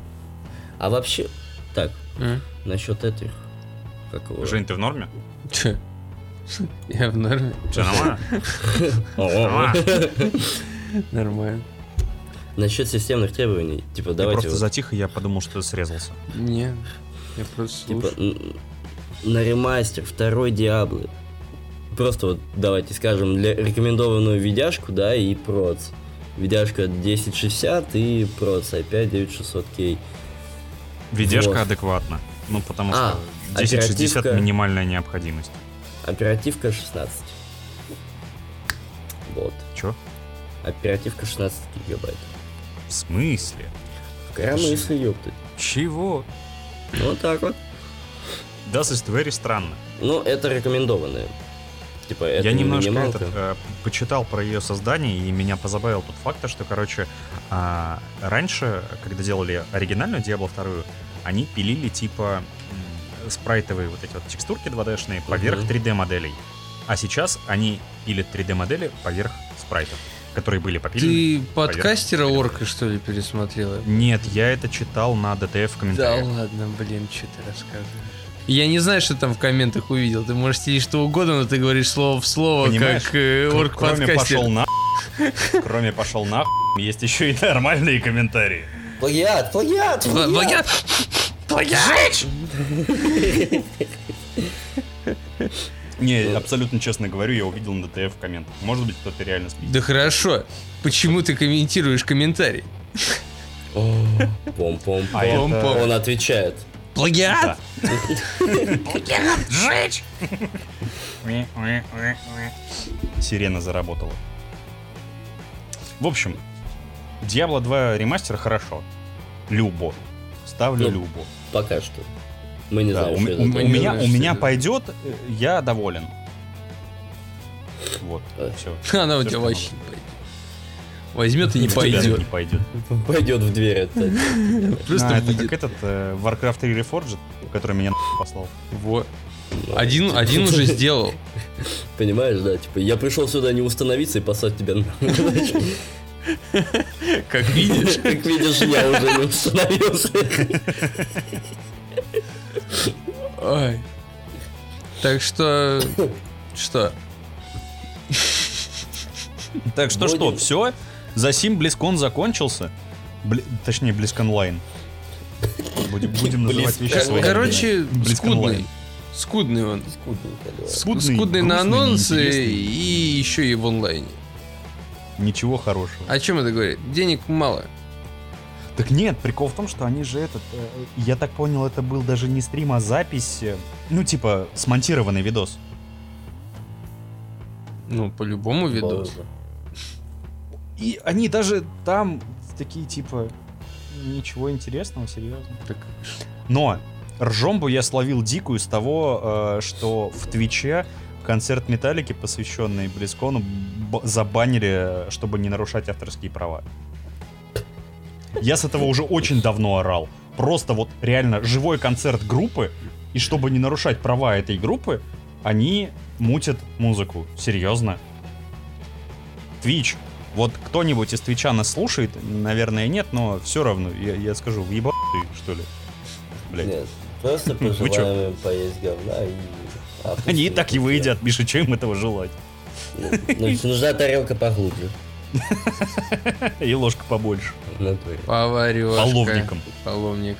[SPEAKER 2] А вообще, так,
[SPEAKER 3] М?
[SPEAKER 2] насчет этих. Как его?
[SPEAKER 1] Жень, ты в норме?
[SPEAKER 3] Чё? Я в норме.
[SPEAKER 1] Все нормально? А,
[SPEAKER 2] О, о,
[SPEAKER 1] Нормально?
[SPEAKER 3] Нормально.
[SPEAKER 2] Насчет системных требований. Типа,
[SPEAKER 1] Ты
[SPEAKER 2] давайте
[SPEAKER 1] просто
[SPEAKER 2] вот,
[SPEAKER 1] затих, и я подумал, что ты срезался.
[SPEAKER 3] Не, я просто
[SPEAKER 2] типа,
[SPEAKER 3] слушаю.
[SPEAKER 2] н- на ремастер второй Диаблы. Просто вот давайте скажем для рекомендованную видяшку, да, и проц. Видяшка 1060 и проц а опять 9600 кей.
[SPEAKER 1] Ведешка
[SPEAKER 2] Вот.
[SPEAKER 1] адекватно. Ну, потому
[SPEAKER 2] А,
[SPEAKER 1] что 1060
[SPEAKER 2] оперативка.
[SPEAKER 1] минимальная необходимость.
[SPEAKER 2] Оперативка 16. Вот.
[SPEAKER 1] Чё?
[SPEAKER 2] Оперативка 16 гигабайт.
[SPEAKER 1] В смысле?
[SPEAKER 2] Коромыслы, ёпты.
[SPEAKER 1] Чего?
[SPEAKER 2] Ну, Вот так вот.
[SPEAKER 1] Das ist very странно.
[SPEAKER 2] Ну, это рекомендованное. Типа, это
[SPEAKER 1] я
[SPEAKER 2] не
[SPEAKER 1] немножко
[SPEAKER 2] минималка.
[SPEAKER 1] этот, э, почитал про ее создание, и меня позабавил тот факт, что, короче, а, раньше, когда делали оригинальную Diablo 2, они пилили типа м, спрайтовые вот эти вот текстурки 2D-шные поверх
[SPEAKER 2] Мгм.
[SPEAKER 1] 3D-моделей. А сейчас они пилят 3D-модели поверх спрайтов, которые были попилены.
[SPEAKER 3] Ты подкастера Орка, что ли, пересмотрела?
[SPEAKER 1] Нет, я это читал на ДТФ в
[SPEAKER 3] Да
[SPEAKER 1] комментариях.
[SPEAKER 3] ладно, блин, что ты рассказываешь? Я не знаю, что там в комментах увидел. Ты можешь сидеть что угодно, но ты говоришь слово в слово,
[SPEAKER 1] Понимаешь?
[SPEAKER 3] как э,
[SPEAKER 1] Кр-
[SPEAKER 3] орк
[SPEAKER 1] Кроме пошел
[SPEAKER 3] подкастер.
[SPEAKER 1] на кроме пошел на есть еще и нормальные комментарии.
[SPEAKER 2] Плагиат, плагиат,
[SPEAKER 3] Пла-
[SPEAKER 2] плагиат!
[SPEAKER 3] Плагиат! Плагиат!
[SPEAKER 1] Не, абсолютно честно говорю, я увидел на ДТФ в комментах. Может быть, кто-то реально спит.
[SPEAKER 3] Да хорошо. Почему ты комментируешь комментарий?
[SPEAKER 2] О, Пом-пом-пом.
[SPEAKER 1] А это-
[SPEAKER 3] Пом-пом.
[SPEAKER 2] Он отвечает.
[SPEAKER 1] Да.
[SPEAKER 3] Плагиат?
[SPEAKER 1] Жечь! Сирена заработала. В общем, Diablo 2 ремастер хорошо. Любо. Ставлю
[SPEAKER 2] Ну,
[SPEAKER 1] любо.
[SPEAKER 2] Пока что. Мы не
[SPEAKER 1] Да,
[SPEAKER 2] знаем,
[SPEAKER 1] у, м-
[SPEAKER 2] что это.
[SPEAKER 1] у
[SPEAKER 2] такое.
[SPEAKER 3] не
[SPEAKER 1] меня,
[SPEAKER 3] знаешь,
[SPEAKER 1] у
[SPEAKER 3] что
[SPEAKER 1] меня
[SPEAKER 3] это.
[SPEAKER 1] пойдет, э, я доволен. Вот,
[SPEAKER 2] Э.
[SPEAKER 1] все.
[SPEAKER 3] Она у
[SPEAKER 1] Всё,
[SPEAKER 3] тебя
[SPEAKER 1] что
[SPEAKER 3] вообще
[SPEAKER 1] надо.
[SPEAKER 3] не пойдет. Возьмет и не
[SPEAKER 1] Не
[SPEAKER 3] пойдет.
[SPEAKER 1] пойдет.
[SPEAKER 2] Пойдет в дверь это. Ну,
[SPEAKER 1] А,
[SPEAKER 3] Просто
[SPEAKER 1] это как
[SPEAKER 3] выйдет.
[SPEAKER 1] этот э, Warcraft 3 Reforged, который меня нахуй послал.
[SPEAKER 3] Во. Один, один уже сделал.
[SPEAKER 2] типа, Понимаешь, да? Типа, я пришел сюда не установиться и послать тебя на...
[SPEAKER 3] Как видишь.
[SPEAKER 2] Как видишь, я уже не установился.
[SPEAKER 3] Ой. Так что... Что?
[SPEAKER 1] Так что что,
[SPEAKER 2] Будем-
[SPEAKER 1] все? За сим Близкон закончился? Бли- Точнее, Близконлайн. Будем, будем называть вещи
[SPEAKER 2] Близкон-
[SPEAKER 1] своими
[SPEAKER 3] Короче,
[SPEAKER 1] именами. Близконлайн.
[SPEAKER 3] скудный. Скудный он.
[SPEAKER 2] Скудненько, да.
[SPEAKER 1] Скудный,
[SPEAKER 3] Скудный на
[SPEAKER 1] грустный,
[SPEAKER 3] анонсы
[SPEAKER 1] неинтересный.
[SPEAKER 3] и еще и в онлайне.
[SPEAKER 1] Ничего хорошего.
[SPEAKER 3] О чем это говорит? Денег мало.
[SPEAKER 1] Так нет, прикол в том, что они же этот... э, Я так понял, это был даже не стрим, а запись. э, Ну, типа, смонтированный видос.
[SPEAKER 3] Ну, по-любому видос.
[SPEAKER 2] Боже.
[SPEAKER 1] И они даже там такие, типа... Ничего интересного, серьезно.
[SPEAKER 3] Так,
[SPEAKER 1] Но ржомбу я словил дикую с того, э, что в Твиче концерт Металлики, посвященный Близкону, б- забанили, э, чтобы не нарушать авторские права. Я с этого уже очень давно орал. Просто вот реально живой концерт группы, и чтобы не нарушать права этой группы, они мутят музыку. Серьезно. Твич. Вот кто-нибудь из Твича нас слушает, наверное, нет, но все равно, я, я скажу, въебал ты, что ли? Блядь.
[SPEAKER 2] Нет, просто
[SPEAKER 1] Вы чё?
[SPEAKER 2] пожелаем им поесть говна и... а пусть
[SPEAKER 1] Они и
[SPEAKER 2] не
[SPEAKER 1] так его
[SPEAKER 2] хотят.
[SPEAKER 1] едят, Миша, чем им этого желать?
[SPEAKER 2] Ну, ну, нужна тарелка поглубже.
[SPEAKER 1] И ложка
[SPEAKER 2] Ну,
[SPEAKER 1] побольше.
[SPEAKER 2] В натуре.
[SPEAKER 3] поварёшка.
[SPEAKER 1] Половником.
[SPEAKER 3] Половник.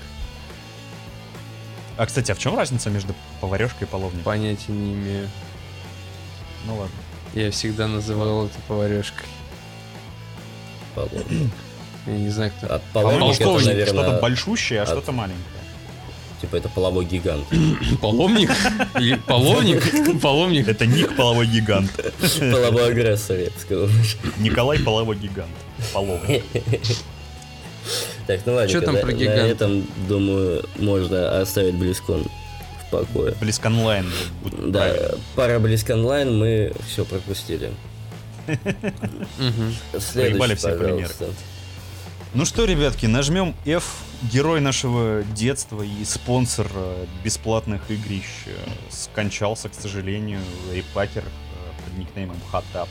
[SPEAKER 1] А, кстати, а в чем разница между поварешкой и половником?
[SPEAKER 3] Понятия не имею.
[SPEAKER 1] Ну ладно.
[SPEAKER 3] Я всегда называл это поварешкой.
[SPEAKER 2] Половник.
[SPEAKER 3] Я не знаю, кто.
[SPEAKER 2] А
[SPEAKER 1] полковник,
[SPEAKER 2] половник это,
[SPEAKER 1] что-то
[SPEAKER 2] наверное,
[SPEAKER 1] большущее, а
[SPEAKER 2] от-
[SPEAKER 1] что-то маленькое.
[SPEAKER 2] типа это половой гигант.
[SPEAKER 3] Половник? Или половник? Половник?
[SPEAKER 1] Это Ник половой гигант.
[SPEAKER 2] Половой агрессор, я бы сказал.
[SPEAKER 1] Николай половой гигант. Половник.
[SPEAKER 2] Так, ну ладно.
[SPEAKER 3] Чё там
[SPEAKER 2] на-
[SPEAKER 3] про
[SPEAKER 2] на
[SPEAKER 3] гиганта?
[SPEAKER 2] этом, думаю, можно оставить близкон в покое.
[SPEAKER 1] Близконлайн. будет
[SPEAKER 2] Да,
[SPEAKER 1] правильно.
[SPEAKER 2] пара близконлайн, мы все пропустили.
[SPEAKER 3] Мгм.
[SPEAKER 1] Проебали
[SPEAKER 2] Следующий,
[SPEAKER 1] все
[SPEAKER 2] пожалуйста.
[SPEAKER 1] Ну что, ребятки, нажмем F, герой нашего детства и спонсор э, бесплатных игрищ. э, Скончался, к сожалению, рейпакер э, под никнеймом Хатап.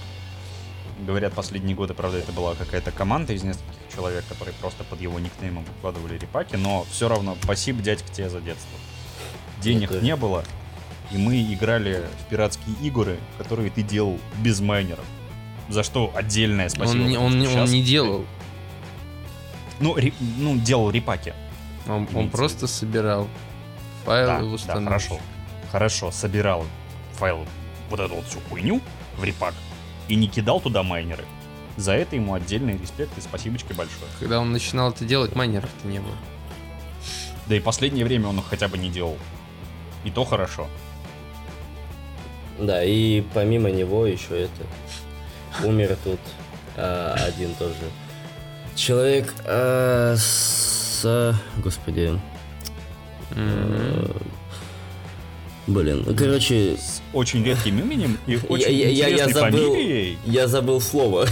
[SPEAKER 1] Говорят, последние годы, правда, это была какая-то команда из нескольких человек, которые просто под его никнеймом выкладывали репаки, но все равно спасибо, дядька, тебе за детство. Денег
[SPEAKER 2] Это-
[SPEAKER 1] не было, и мы играли в пиратские игры, которые ты делал без майнеров. За что отдельное спасибо.
[SPEAKER 3] Он не-
[SPEAKER 1] потому
[SPEAKER 3] он не-
[SPEAKER 1] что
[SPEAKER 3] он
[SPEAKER 1] щас-
[SPEAKER 3] не делал.
[SPEAKER 1] ну, ри- ну, делал репаки.
[SPEAKER 3] Он,
[SPEAKER 1] Имеется в
[SPEAKER 3] он
[SPEAKER 1] виду.
[SPEAKER 3] просто собирал файлы
[SPEAKER 2] Э,
[SPEAKER 1] да,
[SPEAKER 3] в
[SPEAKER 1] да,
[SPEAKER 3] установщик.
[SPEAKER 1] хорошо. Хорошо, собирал файл вот эту вот всю хуйню в репак и не кидал туда майнеры. За это ему отдельный респект и спасибочки большое.
[SPEAKER 3] Когда он начинал это делать, майнеров-то не было.
[SPEAKER 1] Да и последнее время он их хотя бы не делал. И то хорошо.
[SPEAKER 2] Да, и помимо него еще это умер тут а, один тоже человек а, с, а, господи,
[SPEAKER 3] М.
[SPEAKER 2] э, блин, ну, короче,
[SPEAKER 1] С очень редким именем и очень
[SPEAKER 2] я- я- я
[SPEAKER 1] интересной
[SPEAKER 2] забыл.
[SPEAKER 1] фамилией.
[SPEAKER 2] я забыл слово.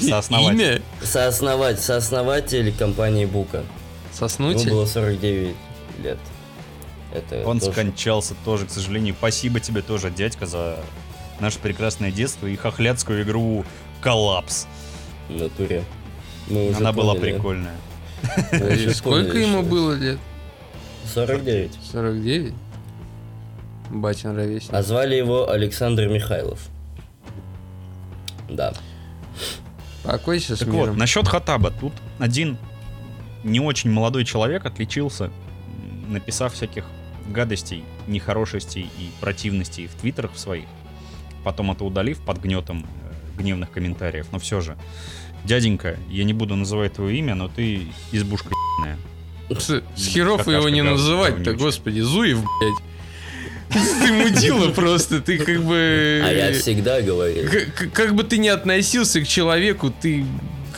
[SPEAKER 1] Сооснователь.
[SPEAKER 3] Имя?
[SPEAKER 2] Сооснователь, сооснователь компании Бука.
[SPEAKER 1] Ну,
[SPEAKER 2] Ему
[SPEAKER 3] Соснутель?
[SPEAKER 2] было 49 лет. Это
[SPEAKER 1] Он
[SPEAKER 2] тоже-
[SPEAKER 1] скончался тоже, к сожалению. Спасибо тебе тоже, дядька, за наше прекрасное детство и хохлядскую игру «Коллапс».
[SPEAKER 2] в натуре. Мы уже
[SPEAKER 1] Она была
[SPEAKER 2] поняли.
[SPEAKER 1] прикольная.
[SPEAKER 2] Мы уже
[SPEAKER 3] И Сколько
[SPEAKER 2] поняли,
[SPEAKER 3] ему
[SPEAKER 2] что-
[SPEAKER 3] было лет?
[SPEAKER 2] 49.
[SPEAKER 3] 49? Батин ровесник.
[SPEAKER 2] А звали его Александр Михайлов. Да.
[SPEAKER 3] Покойся с
[SPEAKER 1] Так
[SPEAKER 3] миром.
[SPEAKER 1] вот, насчет Хатаба. Тут один не очень молодой человек отличился, м, написав всяких гадостей, нехорошестей и противностей в твиттерах в своих. Потом это удалив под гнетом э, гневных комментариев. Но все же, дяденька, я не буду называть твое имя, но ты избушка ебаная.
[SPEAKER 3] С, с херов его не
[SPEAKER 1] Какашка
[SPEAKER 3] называть-то,
[SPEAKER 1] говнючая.
[SPEAKER 3] господи, Зуев, блядь. Ты мудила просто, ты как бы...
[SPEAKER 2] А
[SPEAKER 1] Э,
[SPEAKER 2] я всегда говорил.
[SPEAKER 3] К- к- Как бы ты ни относился к человеку, ты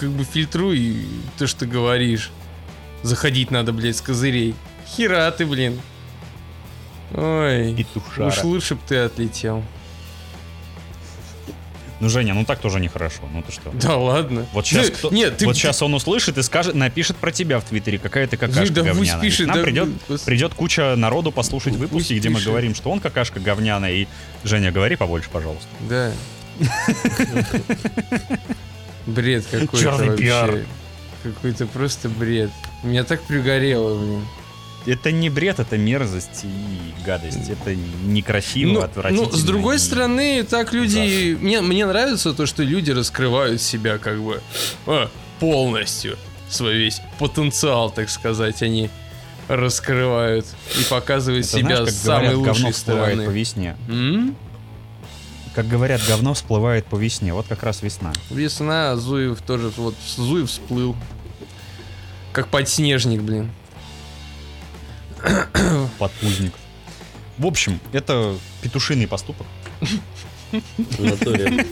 [SPEAKER 3] как бы фильтруй то, что говоришь. Заходить надо, блядь, с козырей. Хера ты, блин. Ой,
[SPEAKER 1] Петушара.
[SPEAKER 3] уж лучше бы ты отлетел.
[SPEAKER 1] Ну, Женя, ну так тоже нехорошо. Ну ты что?
[SPEAKER 3] Да ладно.
[SPEAKER 1] Вот сейчас,
[SPEAKER 3] Да, Нет, ты...
[SPEAKER 1] вот сейчас он услышит и скажет, напишет про тебя в Твиттере, какая ты
[SPEAKER 3] ты-
[SPEAKER 1] какашка
[SPEAKER 3] да пусть
[SPEAKER 1] говняная. И к
[SPEAKER 3] пишет,
[SPEAKER 1] нам
[SPEAKER 3] да,
[SPEAKER 1] придет
[SPEAKER 3] пусть-
[SPEAKER 1] Придет куча народу послушать
[SPEAKER 3] Пусть
[SPEAKER 1] выпуски, где мы
[SPEAKER 3] пишет.
[SPEAKER 1] говорим, что он какашка говняная. И, Женя, говори побольше, пожалуйста.
[SPEAKER 3] Да. Бред какой-то
[SPEAKER 1] Черный
[SPEAKER 3] вообще.
[SPEAKER 1] пиар.
[SPEAKER 3] Какой-то просто бред. Меня так пригорело, блин.
[SPEAKER 1] Это не бред, это мерзость и гадость. Это некрасиво,
[SPEAKER 3] Ну,
[SPEAKER 1] отвратительно.
[SPEAKER 3] ну, с другой
[SPEAKER 1] и-
[SPEAKER 3] стороны, так люди... Мне, мне нравится то, что люди раскрывают себя как бы а, полностью. Свой весь потенциал, так сказать, они раскрывают и показывают
[SPEAKER 1] Это
[SPEAKER 3] себя
[SPEAKER 1] знаешь,
[SPEAKER 3] с
[SPEAKER 1] как
[SPEAKER 3] самой
[SPEAKER 1] говорят, говно
[SPEAKER 3] лучшей
[SPEAKER 1] всплывает по
[SPEAKER 3] стороны.
[SPEAKER 1] весне.
[SPEAKER 3] М?
[SPEAKER 1] Как говорят, говно всплывает по весне. Вот как раз весна.
[SPEAKER 3] Весна, Зуев тоже, вот Зуев всплыл. Как подснежник, блин.
[SPEAKER 1] Подпузник. В общем, это петушиный поступок.
[SPEAKER 2] В натуре.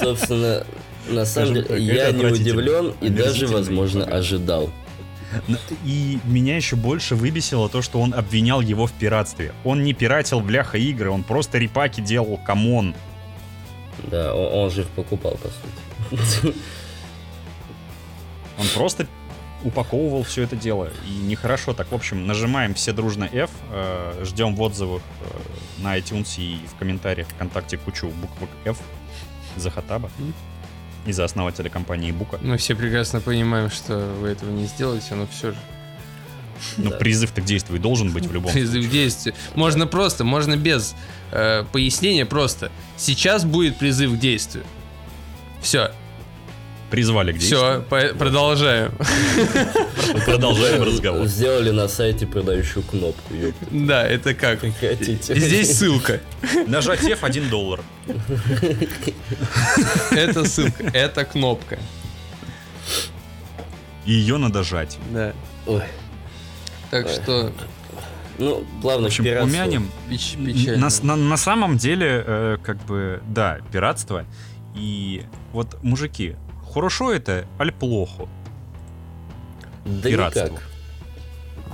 [SPEAKER 2] Собственно, на самом
[SPEAKER 1] Скажем так,
[SPEAKER 2] деле, я
[SPEAKER 1] это
[SPEAKER 2] не
[SPEAKER 1] отвратительно.
[SPEAKER 2] удивлен и даже,
[SPEAKER 1] Омерзительно
[SPEAKER 2] возможно,
[SPEAKER 1] и поганый.
[SPEAKER 2] ожидал.
[SPEAKER 3] Ну,
[SPEAKER 1] Н- И меня еще больше выбесило то, что он обвинял его в пиратстве. Он не пиратил бляха игры, он просто репаки делал, камон.
[SPEAKER 2] Да, он, он же их покупал, по сути.
[SPEAKER 1] Он просто упаковывал все это дело. И нехорошо. Так, в общем, нажимаем все дружно F, э, ждем в отзывах э, на iTunes и в комментариях ВКонтакте кучу буквок F за Хатаба
[SPEAKER 3] М.
[SPEAKER 1] и за основателя компании Бука.
[SPEAKER 3] Мы все прекрасно понимаем, что вы этого не сделаете, но все же.
[SPEAKER 1] Ну,
[SPEAKER 2] Да.
[SPEAKER 1] призыв-то к действию должен быть в любом
[SPEAKER 3] Призыв к действию. Можно просто, можно без э, пояснения, просто. Сейчас будет призыв к действию. Все.
[SPEAKER 1] Призвали к
[SPEAKER 3] Все,
[SPEAKER 1] действию.
[SPEAKER 3] продолжаю.
[SPEAKER 1] Продолжаем разговор.
[SPEAKER 2] Сделали на сайте продающую кнопку, ёпта.
[SPEAKER 3] Да, это как?
[SPEAKER 2] Как хотите.
[SPEAKER 3] И здесь ссылка.
[SPEAKER 1] Нажать F 1 доллар.
[SPEAKER 3] Это ссылка, это кнопка.
[SPEAKER 1] И ее надо жать.
[SPEAKER 3] Да.
[SPEAKER 2] Ой.
[SPEAKER 3] Так
[SPEAKER 2] Ой.
[SPEAKER 3] что
[SPEAKER 2] Ну, плавно
[SPEAKER 1] В общем,
[SPEAKER 2] пиратство.
[SPEAKER 1] умянем.
[SPEAKER 3] печ-
[SPEAKER 1] Н-
[SPEAKER 3] печально.
[SPEAKER 1] На, с- на- на самом деле, э, как бы, да, пиратство. И вот, мужики, хорошо это, аль плохо.
[SPEAKER 2] Да
[SPEAKER 1] пиратству.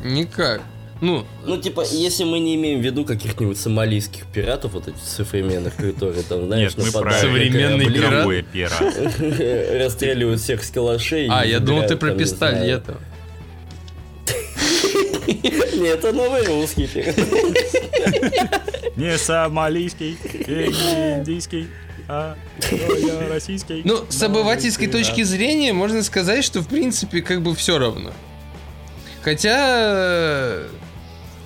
[SPEAKER 2] никак.
[SPEAKER 3] Никак. Ну,
[SPEAKER 2] Ну, типа, если мы не имеем в виду каких-нибудь сомалийских пиратов, вот этих современных, которые там, знаешь,
[SPEAKER 1] Нет, мы про
[SPEAKER 2] нападают на
[SPEAKER 3] Современный
[SPEAKER 2] корабли,
[SPEAKER 3] пират.
[SPEAKER 1] игровое пиратство.
[SPEAKER 2] Расстреливают всех с калашей.
[SPEAKER 3] а,
[SPEAKER 2] и
[SPEAKER 3] я думал, ты
[SPEAKER 2] забирают
[SPEAKER 3] про
[SPEAKER 2] там, не
[SPEAKER 3] пистолет.
[SPEAKER 2] знаю. Нет, это новый русский пират.
[SPEAKER 1] Не сомалийский, не индийский, а только российский.
[SPEAKER 3] Ну, с обывательской
[SPEAKER 1] Новый
[SPEAKER 3] точки зрения можно сказать, что в принципе как бы все равно. Хотя... э,
[SPEAKER 1] пират.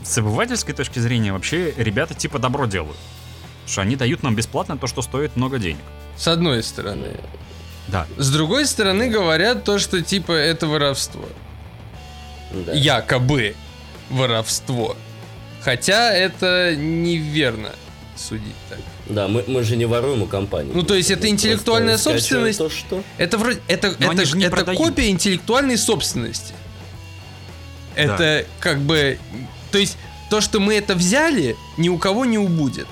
[SPEAKER 1] С обывательской точки зрения вообще ребята типа добро делают. Потому Что они дают нам бесплатно то, что стоит много денег.
[SPEAKER 3] С одной стороны.
[SPEAKER 1] Да.
[SPEAKER 3] С другой стороны говорят то, что типа это воровство.
[SPEAKER 2] Да.
[SPEAKER 3] Якобы воровство. Хотя это неверно судить так.
[SPEAKER 2] Да, мы, мы же не воруем у компании.
[SPEAKER 3] Ну, то есть это
[SPEAKER 2] Мы
[SPEAKER 3] интеллектуальная
[SPEAKER 2] просто скачиваем
[SPEAKER 3] собственность.
[SPEAKER 2] То, что...
[SPEAKER 3] Это вроде это,
[SPEAKER 1] Но они
[SPEAKER 3] это,
[SPEAKER 1] же не
[SPEAKER 3] это
[SPEAKER 1] продают.
[SPEAKER 3] копия интеллектуальной собственности.
[SPEAKER 1] Да.
[SPEAKER 3] Это как бы. То есть, то, что мы это взяли, ни у кого не убудет.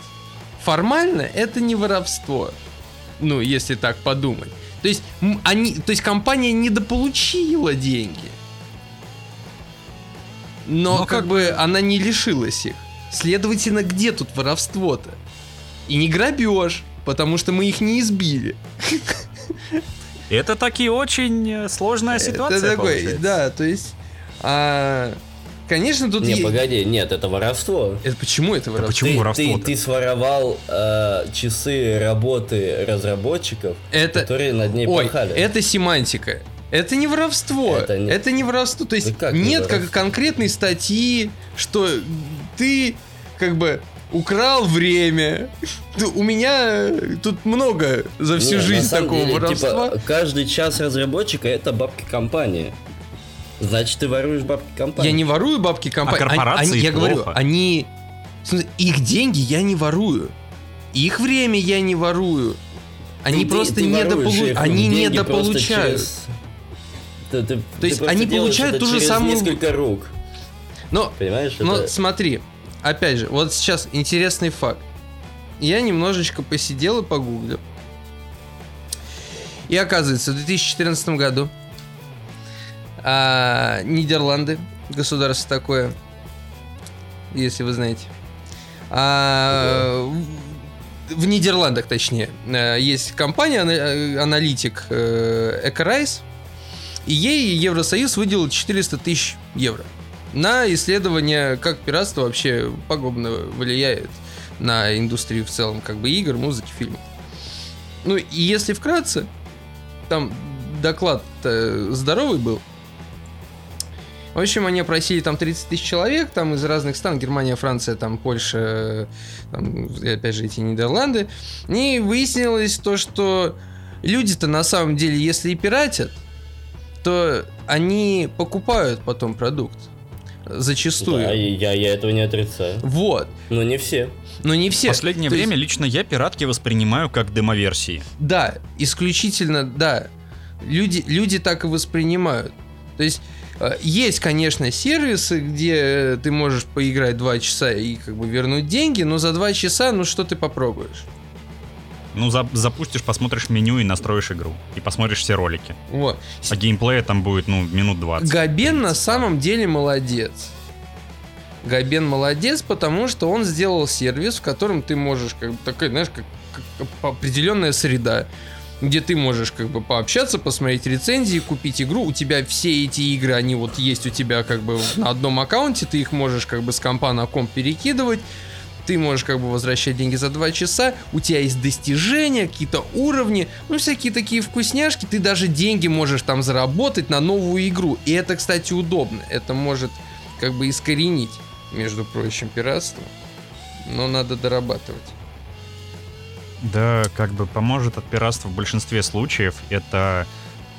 [SPEAKER 3] Формально это не воровство. Ну, если так подумать. То есть, м, они, то есть компания недополучила деньги. Но,
[SPEAKER 1] Но
[SPEAKER 3] как,
[SPEAKER 1] как
[SPEAKER 3] бы она не лишилась их. Следовательно, где тут воровство-то? И не грабеж, потому что мы их не избили.
[SPEAKER 1] Это такие очень э, сложная ситуация.
[SPEAKER 3] Это такой,
[SPEAKER 1] получается.
[SPEAKER 3] да, то есть, а, конечно, тут
[SPEAKER 2] Не,
[SPEAKER 3] е-
[SPEAKER 2] погоди, нет, это воровство.
[SPEAKER 3] Это почему это воровство?
[SPEAKER 1] почему
[SPEAKER 2] ты,
[SPEAKER 1] воровство-то?
[SPEAKER 2] Ты, ты своровал э, часы работы разработчиков,
[SPEAKER 3] Это,
[SPEAKER 2] которые над ней
[SPEAKER 3] ой,
[SPEAKER 2] пахали.
[SPEAKER 3] это семантика. Это не воровство. Это
[SPEAKER 2] Это
[SPEAKER 3] не,
[SPEAKER 2] не-
[SPEAKER 3] воровство. То есть
[SPEAKER 2] Да как не
[SPEAKER 3] нет как
[SPEAKER 2] воровство?
[SPEAKER 3] конкретной статьи, что ты как бы украл время. Ты- у меня э, тут много за всю
[SPEAKER 2] Не, Ну, на
[SPEAKER 3] жизнь
[SPEAKER 2] самом
[SPEAKER 3] такого
[SPEAKER 2] деле,
[SPEAKER 3] воровства.
[SPEAKER 2] типа, каждый час разработчика это бабки компании. Значит, ты воруешь бабки компании.
[SPEAKER 3] Я не ворую бабки компании.
[SPEAKER 1] А корпорации
[SPEAKER 3] я
[SPEAKER 1] плохо.
[SPEAKER 3] говорю, они... в смысле, Их деньги я не ворую. Их время я не ворую.
[SPEAKER 2] Ты-
[SPEAKER 3] Они
[SPEAKER 2] ты-
[SPEAKER 3] просто
[SPEAKER 2] ты воруешь
[SPEAKER 3] недополу-
[SPEAKER 2] их
[SPEAKER 3] они
[SPEAKER 2] деньги просто
[SPEAKER 3] недополучают.
[SPEAKER 2] через- Ты- ты- ты
[SPEAKER 3] есть
[SPEAKER 2] просто
[SPEAKER 3] они
[SPEAKER 2] делаешь
[SPEAKER 3] получают
[SPEAKER 2] это
[SPEAKER 3] ту же
[SPEAKER 2] через
[SPEAKER 3] самую-
[SPEAKER 2] несколько рук,
[SPEAKER 3] Но,
[SPEAKER 2] понимаешь?
[SPEAKER 3] но
[SPEAKER 2] это-
[SPEAKER 3] Ну, смотри, опять же, вот сейчас интересный факт. Я немножечко посидел и погуглил. И оказывается, в 2014 году а, Нидерланды, государство такое, если вы знаете, а, в- в Нидерландах, точнее, э, есть компания ана- э, аналитик э, Экорайс, и ей Евросоюз выделил 400 тысяч евро на исследование, как пиратство вообще пагубно влияет на индустрию в целом, как бы игр, музыки, фильмов. Ну и если вкратце, там доклад здоровый был. В общем, они опросили там 30 тысяч человек, там из разных стран, Германия, Франция, там Польша, там, и опять же, эти Нидерланды. И выяснилось то, что люди-то на самом деле, если и пиратят, то они покупают потом продукт. Зачастую.
[SPEAKER 2] Да, и я, я этого не отрицаю.
[SPEAKER 3] Вот.
[SPEAKER 2] Но не все.
[SPEAKER 3] Но не все.
[SPEAKER 1] Последнее
[SPEAKER 3] То есть-
[SPEAKER 1] время лично я пиратки воспринимаю как демоверсии.
[SPEAKER 3] Да, исключительно, да. Люди, люди так и воспринимают. То есть э, есть, конечно, сервисы, где э, ты можешь поиграть два часа и как бы вернуть деньги, но за два часа, ну что ты попробуешь?
[SPEAKER 1] Ну, за- запустишь, посмотришь меню и настроишь игру. И посмотришь все ролики.
[SPEAKER 3] Вот.
[SPEAKER 1] А геймплея там будет, ну, минут 20.
[SPEAKER 3] Габен на самом деле молодец. Габен молодец, потому что он сделал сервис, в котором ты можешь, как бы, такая, знаешь, как, как- как определенная среда, где ты можешь как бы пообщаться, посмотреть рецензии, купить игру. У тебя все эти игры, они вот есть у тебя как бы на одном аккаунте, ты их можешь как бы с компа на комп перекидывать. Ты можешь как бы возвращать деньги за два часа, у тебя есть достижения, какие-то уровни, ну всякие такие вкусняшки, ты даже деньги можешь там заработать на новую игру. И это, кстати, удобно. Это может как бы искоренить, между прочим, пиратство. Но надо дорабатывать.
[SPEAKER 1] Да, как бы поможет от пиратства в большинстве случаев это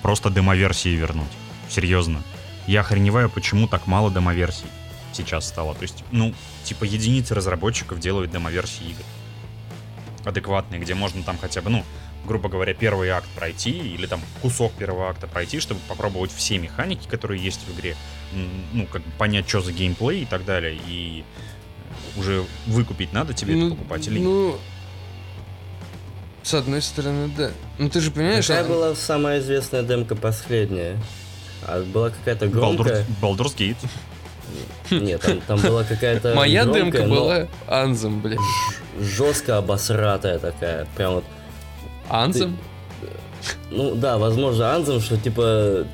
[SPEAKER 1] просто демоверсии вернуть. Серьезно. Я охреневаю, почему так мало демоверсий сейчас стало. То есть, ну, типа единицы разработчиков делают демоверсии игр. Адекватные, где можно там хотя бы, ну, грубо говоря, первый акт пройти, или там кусок первого акта пройти, чтобы попробовать все механики, которые есть в игре, М, ну, как бы понять, что за геймплей и так далее, и э, уже выкупить надо тебе это покупать или нет.
[SPEAKER 3] Ну, с одной стороны, да. Ну ты же понимаешь,
[SPEAKER 2] Какая
[SPEAKER 3] а-
[SPEAKER 2] была самая известная демка последняя? А была какая-то
[SPEAKER 1] Балдур-
[SPEAKER 2] громкая?
[SPEAKER 1] Baldur's Gate.
[SPEAKER 2] Нет, там, там была какая-то
[SPEAKER 3] моя
[SPEAKER 2] громкая,
[SPEAKER 3] демка
[SPEAKER 2] э, но
[SPEAKER 3] была Анзом, блядь.
[SPEAKER 2] жестко обосратая такая. Прям вот,
[SPEAKER 3] Анзом?
[SPEAKER 2] ну да, возможно, Анзем, что типа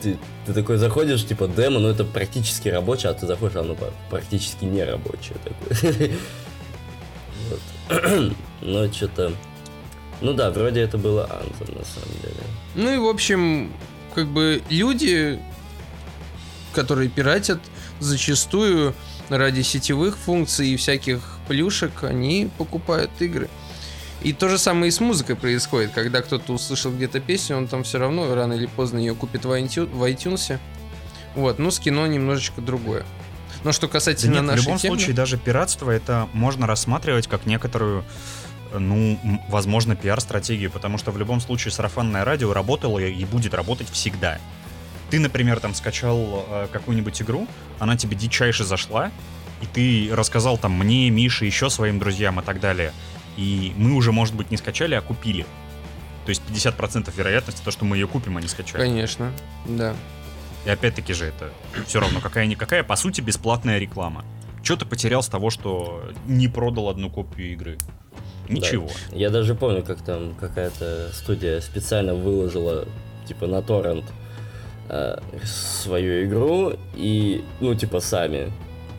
[SPEAKER 2] ты, ты такой заходишь, типа демо, но это практически рабочее, а ты заходишь, а оно пр- практически не рабочее такое. Вот. Ну, что-то... Ну да, вроде это было Анзем, на самом деле.
[SPEAKER 3] Ну и в общем, как бы люди, которые пиратят, зачастую ради сетевых функций и всяких плюшек они покупают игры. И то же самое и с музыкой происходит. Когда кто-то услышал где-то песню, он там все равно рано или поздно ее купит в iTunes. в iTunes. Вот, ну с кино немножечко другое. Но что
[SPEAKER 1] Да
[SPEAKER 3] касательно
[SPEAKER 1] нет, в
[SPEAKER 3] нашей
[SPEAKER 1] любом
[SPEAKER 3] темы-
[SPEAKER 1] случае даже пиратство это можно рассматривать как некоторую, ну, м, возможно, пиар-стратегию, потому что в любом случае сарафанное радио работало и будет работать всегда. Ты, например, там скачал э, какую-нибудь игру, она тебе дичайше зашла, и ты рассказал там мне, Мише, еще своим друзьям и так далее. И мы уже, может быть, не скачали, а купили. То есть 50% вероятности то, что мы ее купим, а не скачаем.
[SPEAKER 3] Конечно, да.
[SPEAKER 1] И опять-таки же это все равно какая-никакая, по сути, бесплатная реклама. Че ты потерял с того, что не продал одну копию игры? Ничего.
[SPEAKER 2] Я даже помню, как там какая-то студия специально выложила, типа, на торрент э, свою игру, и, ну, типа, сами.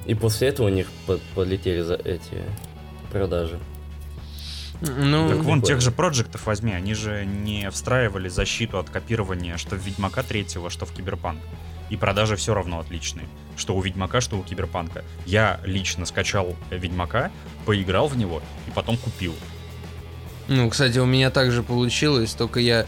[SPEAKER 2] И после этого у них по- подлетели за эти продажи.
[SPEAKER 3] Ну,
[SPEAKER 1] Так вон,
[SPEAKER 2] прикольно.
[SPEAKER 1] тех же проектов возьми, они же не встраивали защиту от копирования, что в Ведьмака третьего, что в Киберпанк. И продажи все равно отличные. Что у Ведьмака, что у Киберпанка. Я лично скачал Ведьмака, поиграл в него и потом купил.
[SPEAKER 3] ну, кстати, у меня также получилось, только я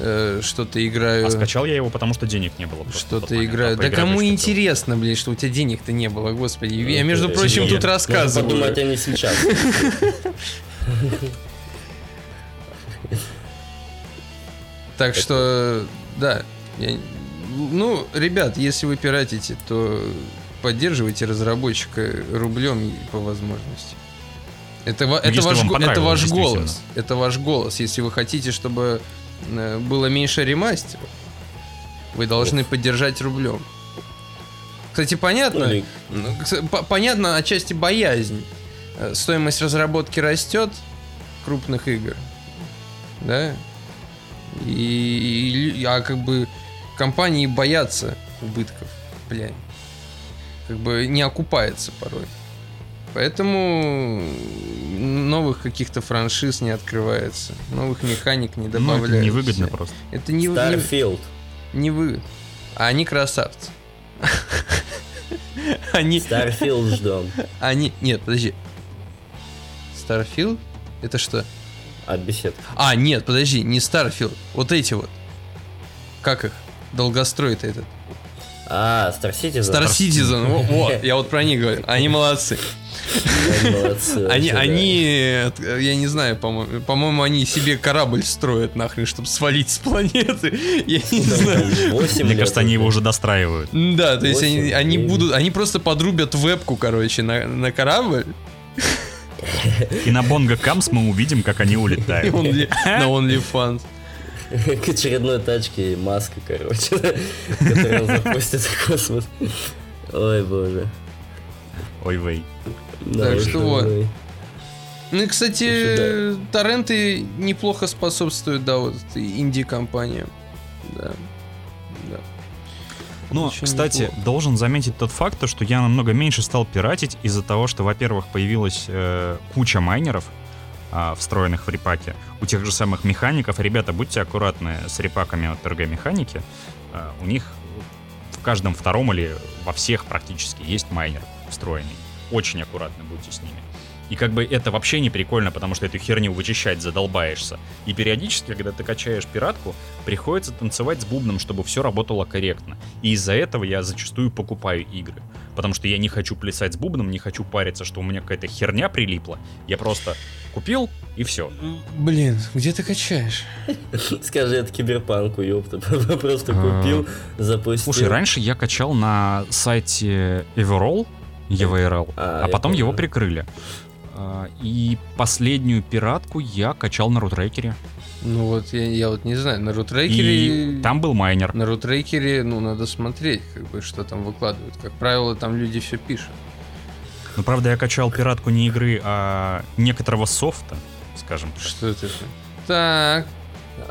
[SPEAKER 3] э, что-то играю.
[SPEAKER 1] А скачал я его, потому что денег не было. просто в
[SPEAKER 3] Что
[SPEAKER 1] тот
[SPEAKER 3] ты
[SPEAKER 1] момент, а
[SPEAKER 3] играешь? Да
[SPEAKER 1] поиграть
[SPEAKER 3] кому
[SPEAKER 1] очень хотелось.
[SPEAKER 3] интересно, блин, что у тебя денег-то не было, господи.
[SPEAKER 2] Ну,
[SPEAKER 3] Я, между
[SPEAKER 2] это
[SPEAKER 3] прочим,
[SPEAKER 1] тебе.
[SPEAKER 3] тут
[SPEAKER 1] Можно
[SPEAKER 2] Можно
[SPEAKER 3] рассказываю.
[SPEAKER 2] подумать, они сейчас.
[SPEAKER 3] Так что, да. я- Ну, ребят, если вы пиратите, то поддерживайте разработчика рублем по возможности. Это, ва-
[SPEAKER 1] Ну,
[SPEAKER 3] это,
[SPEAKER 1] если
[SPEAKER 3] ваш,
[SPEAKER 1] вам
[SPEAKER 3] го- это
[SPEAKER 1] понравилось,
[SPEAKER 3] ваш
[SPEAKER 1] действительно.
[SPEAKER 3] голос. Это ваш голос. Если вы хотите, чтобы э, было меньше ремастеров, вы должны поддержать рублем. Кстати, понятно,
[SPEAKER 2] Ну, или-
[SPEAKER 3] Ну, кс- по- Понятно, отчасти боязнь. Э, Стоимость разработки растет крупных игр. Да? И, и лю- а как бы компании боятся убытков, бля. Как бы не окупается порой. Поэтому новых каких-то франшиз не открывается. Новых механик не
[SPEAKER 1] Ну,
[SPEAKER 3] добавляется.
[SPEAKER 1] это невыгодно просто.
[SPEAKER 3] Это не, не,
[SPEAKER 2] Starfield.
[SPEAKER 3] не вы. А они красавцы. Они,
[SPEAKER 2] Starfield ждем.
[SPEAKER 3] они... Нет, подожди. Starfield? Это что?
[SPEAKER 2] От бесед.
[SPEAKER 3] А, нет, подожди, не Starfield. Вот эти вот. Как их? Долгострой-то этот.
[SPEAKER 2] А, Star Citizen.
[SPEAKER 3] Star Citizen. Во, вот, я вот про них говорю. Они молодцы.
[SPEAKER 2] Ой, молодцы.
[SPEAKER 3] Они,
[SPEAKER 2] вообще, да.
[SPEAKER 3] они, э, от- э, я не знаю, по-моему, по-моему, они себе корабль строят нахрен, чтобы свалить с планеты. Я не
[SPEAKER 2] Там
[SPEAKER 3] знаю.
[SPEAKER 2] восемь
[SPEAKER 1] Мне
[SPEAKER 2] лет
[SPEAKER 1] кажется, они его
[SPEAKER 2] уже.
[SPEAKER 1] уже достраивают.
[SPEAKER 3] Да, то есть они,
[SPEAKER 2] Восемь,
[SPEAKER 3] они
[SPEAKER 2] девять.
[SPEAKER 3] будут, они просто подрубят вебку, короче, на, на корабль,
[SPEAKER 1] И на Бонго Камс мы увидим, как они
[SPEAKER 3] и
[SPEAKER 1] улетают.
[SPEAKER 3] он ли- на OnlyFans.
[SPEAKER 2] К очередной тачке и маска, короче, которую он запустит в космос. Ой, боже.
[SPEAKER 1] Ой, вей.
[SPEAKER 2] Да,
[SPEAKER 3] Так
[SPEAKER 2] уж
[SPEAKER 3] что вот.
[SPEAKER 2] давай.
[SPEAKER 3] Ну и, кстати,
[SPEAKER 2] Слушай,
[SPEAKER 3] торренты неплохо способствуют, да, вот инди-компаниям. Да. Да.
[SPEAKER 1] Но,
[SPEAKER 3] Очень
[SPEAKER 1] Ну, кстати,
[SPEAKER 3] неплохо.
[SPEAKER 1] должен заметить тот факт, то, что я намного меньше стал пиратить из-за того, что, во-первых, появилась э, куча майнеров, а, встроенных в репаке. У тех же самых механиков, ребята, будьте аккуратны с репаками от РГ Механики. А, у них в каждом втором или во всех практически есть майнер встроенный. Очень аккуратно будьте с ними. И как бы это вообще не прикольно, потому что эту херню вычищать задолбаешься. И периодически, когда ты качаешь пиратку, приходится танцевать с бубном, чтобы все работало корректно. И из-за этого я зачастую покупаю игры. Потому что я не хочу плясать с бубном, не хочу париться, что у меня какая-то херня прилипла. Я просто купил и все.
[SPEAKER 3] Блин, где ты качаешь?
[SPEAKER 2] Скажи, это киберпанку, ёпта. Просто купил, запустил.
[SPEAKER 1] А. Слушай, раньше я качал на сайте Everall, EVRL,
[SPEAKER 2] А,
[SPEAKER 1] а
[SPEAKER 2] я
[SPEAKER 1] потом его
[SPEAKER 2] понял.
[SPEAKER 1] прикрыли. А, И последнюю пиратку я качал на рутрекере.
[SPEAKER 3] Ну вот, я, я вот не знаю, на рутрекере...
[SPEAKER 1] И там был майнер.
[SPEAKER 3] На рутрекере, ну, надо смотреть, как бы, что там выкладывают. Как правило, там люди все пишут.
[SPEAKER 1] Но Ну, правда я качал пиратку не игры, а некоторого софта, скажем так.
[SPEAKER 3] Что это? такое? Так,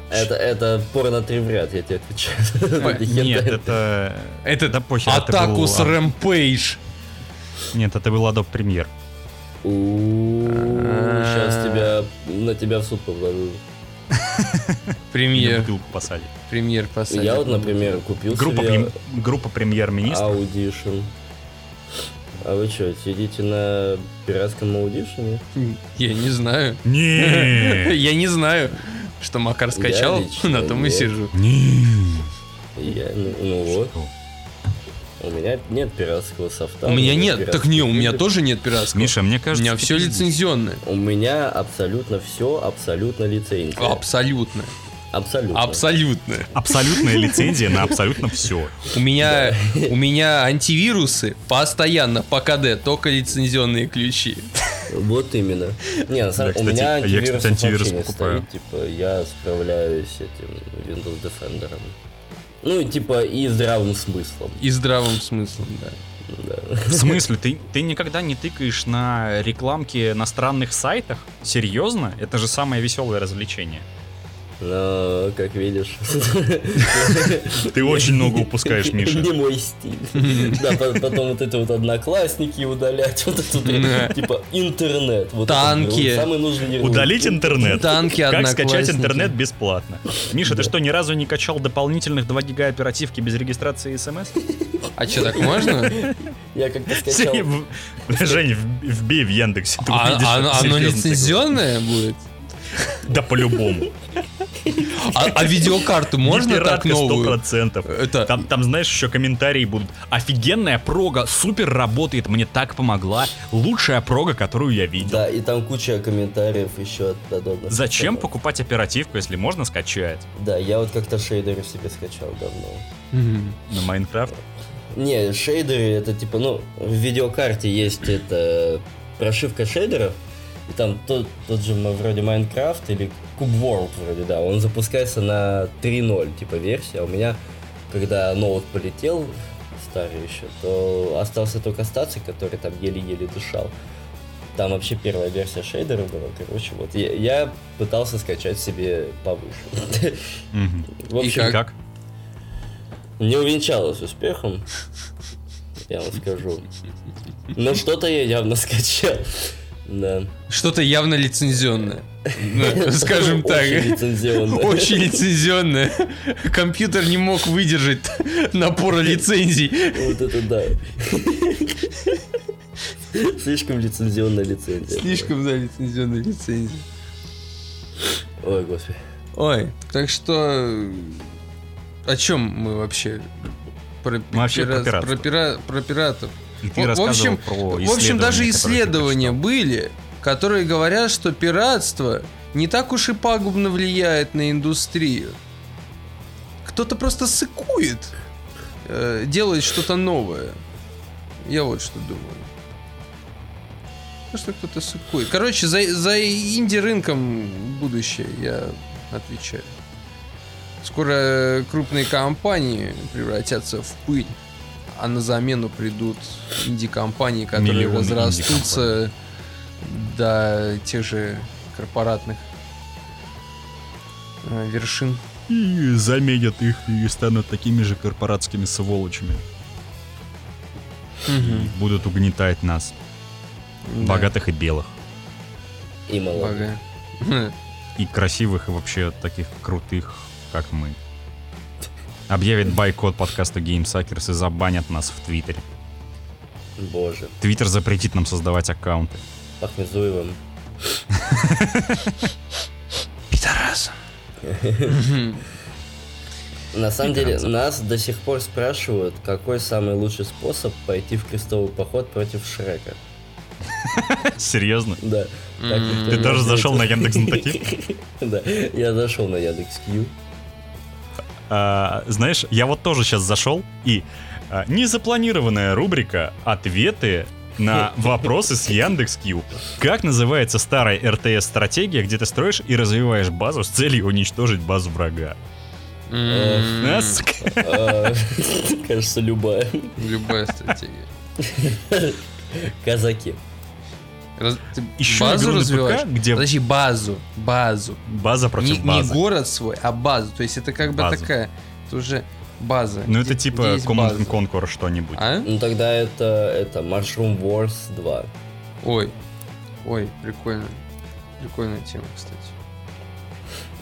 [SPEAKER 2] Это, это порно три в ряд, я тебе отвечаю.
[SPEAKER 1] Нет, это...
[SPEAKER 3] Это
[SPEAKER 1] да похер, это был... а?
[SPEAKER 3] атаку с
[SPEAKER 1] Ad-
[SPEAKER 3] Rampage.
[SPEAKER 1] Нет, это был Adobe Premiere.
[SPEAKER 2] Сейчас тебя на тебя в суд повладую.
[SPEAKER 1] Или
[SPEAKER 3] Премьер,
[SPEAKER 1] бутылку посадят.
[SPEAKER 3] премьер посадят.
[SPEAKER 2] Я вот, например, купил
[SPEAKER 1] ну, Группа,
[SPEAKER 2] себе
[SPEAKER 1] прем- группа премьер-министра.
[SPEAKER 2] аудишн. А вы что, сидите на пиратском аудишне?
[SPEAKER 3] Я не знаю.
[SPEAKER 1] Не.
[SPEAKER 3] Я не знаю, что Макар скачал,
[SPEAKER 2] лично
[SPEAKER 3] на том и
[SPEAKER 2] нет.
[SPEAKER 3] сижу.
[SPEAKER 1] Не.
[SPEAKER 2] Я, ну, ну вот,
[SPEAKER 1] Что?
[SPEAKER 2] у меня нет пиратского софта.
[SPEAKER 3] У меня
[SPEAKER 2] меня
[SPEAKER 3] нет, так не, у меня
[SPEAKER 2] пиратских игр.
[SPEAKER 3] тоже нет пиратского.
[SPEAKER 1] Миша, мне
[SPEAKER 3] у
[SPEAKER 1] кажется...
[SPEAKER 3] меня
[SPEAKER 1] ты
[SPEAKER 3] все
[SPEAKER 1] пиздишь.
[SPEAKER 3] лицензионное.
[SPEAKER 2] У меня абсолютно все, абсолютно лицензия.
[SPEAKER 3] Абсолютно.
[SPEAKER 2] Абсолютно.
[SPEAKER 3] Абсолютно.
[SPEAKER 1] Абсолютная лицензия на абсолютно все.
[SPEAKER 3] У меня, у меня антивирусы постоянно по КД, только лицензионные ключи.
[SPEAKER 2] Вот именно. Не, на самом
[SPEAKER 1] Я,
[SPEAKER 2] у
[SPEAKER 1] кстати-
[SPEAKER 2] меня
[SPEAKER 1] а я,
[SPEAKER 2] антивирусов
[SPEAKER 1] кстати, антивирус
[SPEAKER 2] вообще не
[SPEAKER 1] покупаю.
[SPEAKER 2] стоит. Типа, я справляюсь с этим Windows Defender. Ну, и типа, и здравым смыслом.
[SPEAKER 3] И здравым смыслом, да.
[SPEAKER 2] Да.
[SPEAKER 1] В смысле, ты, ты никогда не тыкаешь на рекламки на странных сайтах? Серьезно? Это же самое веселое развлечение.
[SPEAKER 2] Но, как видишь...
[SPEAKER 1] Ты очень много упускаешь, Миша.
[SPEAKER 2] Не мой стиль. Да, по- потом вот это вот одноклассники удалять, вот это вот,
[SPEAKER 3] Да.
[SPEAKER 2] типа, интернет. вот это
[SPEAKER 3] Танки.
[SPEAKER 2] вот Самый нужный нервный
[SPEAKER 1] Удалить
[SPEAKER 2] пункт.
[SPEAKER 1] интернет.
[SPEAKER 3] Танки,
[SPEAKER 1] Как скачать
[SPEAKER 3] одноклассники.
[SPEAKER 1] интернет бесплатно? Миша, ты что, ни разу не качал дополнительных 2 гига оперативки без регистрации и смс?
[SPEAKER 3] А что, так можно?
[SPEAKER 2] Я как-то скачал...
[SPEAKER 1] Жень, в- Жень, в- вбей в Яндексе. ты
[SPEAKER 3] А-
[SPEAKER 1] увидишь,
[SPEAKER 3] оно-
[SPEAKER 1] это
[SPEAKER 3] оно
[SPEAKER 1] серьезно
[SPEAKER 3] лицензионное будет?
[SPEAKER 1] такое. Да по-любому.
[SPEAKER 3] А, а видеокарту можно так новую?
[SPEAKER 1] процентов.
[SPEAKER 3] Это
[SPEAKER 1] Там, там, знаешь, еще комментарии будут. Офигенная прога, супер работает, мне так помогла. Лучшая прога, которую я видел.
[SPEAKER 2] Да, и там куча комментариев еще от подобных.
[SPEAKER 1] Зачем
[SPEAKER 2] покупать?
[SPEAKER 1] покупать оперативку, если можно скачать?
[SPEAKER 2] Да, я вот как-то шейдеры себе скачал давно.
[SPEAKER 3] Мгм.
[SPEAKER 1] На Майнкрафт?
[SPEAKER 2] Не, шейдеры это типа, ну, в видеокарте есть это прошивка шейдеров, и там тот, тот же м- вроде Майнкрафт или Cube World вроде, да, он запускается на 3.0 типа версия, а у меня, когда ноут полетел, старый еще, то остался только стаций, который там еле-еле дышал. Там вообще первая версия шейдера была, короче, вот. Я, я пытался скачать себе повыше.
[SPEAKER 1] Мгм.
[SPEAKER 2] В общем,
[SPEAKER 1] И как?
[SPEAKER 3] Э,
[SPEAKER 2] не увенчалось успехом, я вам скажу. Но что-то я явно скачал. Да.
[SPEAKER 3] Что-то явно лицензионное. Да, Скажем так.
[SPEAKER 2] Очень лицензионно.
[SPEAKER 3] Очень лицензионное. Компьютер не мог выдержать напора лицензий.
[SPEAKER 2] Вот это да. Слишком лицензионная лицензия.
[SPEAKER 3] Слишком, да, лицензионные лицензии.
[SPEAKER 2] Ой, господи.
[SPEAKER 3] Ой, так что... О чем мы вообще? Про, пи-
[SPEAKER 1] вообще про
[SPEAKER 3] пират-
[SPEAKER 1] пиратство.
[SPEAKER 3] про пира- про пиратов.
[SPEAKER 1] И ты
[SPEAKER 3] В- в
[SPEAKER 1] рассказывал
[SPEAKER 3] общем-
[SPEAKER 1] про
[SPEAKER 3] В общем, даже
[SPEAKER 1] которые ты
[SPEAKER 3] исследования были, которые говорят, что пиратство не так уж и пагубно влияет на индустрию. Кто-то просто сыкует, э, делает что-то новое. Я вот что думаю. Просто кто-то сыкует. Короче, за, за инди-рынком будущее, я отвечаю. Скоро крупные компании превратятся в пыль, а на замену придут инди-компании, которые
[SPEAKER 1] Миллионы
[SPEAKER 3] возрастутся до тех же корпоратных э, вершин.
[SPEAKER 1] И заменят их и станут такими же корпоратскими сволочами. И будут угнетать нас,
[SPEAKER 3] Да.
[SPEAKER 1] богатых и белых.
[SPEAKER 2] И молодой.
[SPEAKER 3] Бога. Хм.
[SPEAKER 1] и красивых, и вообще таких крутых, как мы. Объявит бойкот подкаста GameSuckers и забанят нас в Твиттере.
[SPEAKER 2] Боже.
[SPEAKER 1] Твиттер запретит нам создавать аккаунты.
[SPEAKER 2] пахнет Зуевым.
[SPEAKER 3] Пидорасом.
[SPEAKER 2] На самом деле,
[SPEAKER 1] Пидорасом.
[SPEAKER 2] нас до сих пор спрашивают, какой самый лучший способ пойти в крестовый поход против Шрека.
[SPEAKER 1] Серьезно?
[SPEAKER 2] Да.
[SPEAKER 3] М.
[SPEAKER 2] так никто
[SPEAKER 1] Ты
[SPEAKER 2] не
[SPEAKER 1] даже зашел на
[SPEAKER 2] ответил.
[SPEAKER 1] Яндекс Натаки?
[SPEAKER 2] Да, я зашел на Яндекс.Кью.
[SPEAKER 1] А, знаешь, я вот тоже сейчас зашел, и а, незапланированная рубрика «Ответы на вопросы с Яндекс.Кью». Как называется старая РТС-стратегия, где ты строишь и развиваешь базу с целью уничтожить базу врага? э,
[SPEAKER 3] М.
[SPEAKER 1] А, сука.
[SPEAKER 2] Э, Кажется, любая.
[SPEAKER 3] Любая стратегия.
[SPEAKER 2] Казаки.
[SPEAKER 3] Раз- ты
[SPEAKER 1] Ещё
[SPEAKER 3] базу
[SPEAKER 1] игру на ПК,
[SPEAKER 3] развиваешь?
[SPEAKER 1] где-
[SPEAKER 3] Подожди, базу, базу.
[SPEAKER 1] База
[SPEAKER 3] не,
[SPEAKER 1] против
[SPEAKER 3] не
[SPEAKER 1] базы.
[SPEAKER 3] город свой, а базу. То есть это как бы
[SPEAKER 1] База.
[SPEAKER 3] такая, это уже база.
[SPEAKER 1] Ну
[SPEAKER 3] Где-
[SPEAKER 1] это
[SPEAKER 3] где
[SPEAKER 1] типа
[SPEAKER 3] есть
[SPEAKER 1] Command
[SPEAKER 3] база.
[SPEAKER 1] and Conquer что-нибудь.
[SPEAKER 3] А?
[SPEAKER 2] Ну тогда это, это Mushroom Wars 2.
[SPEAKER 3] А? Ой, ой, прикольно. Прикольная тема, кстати.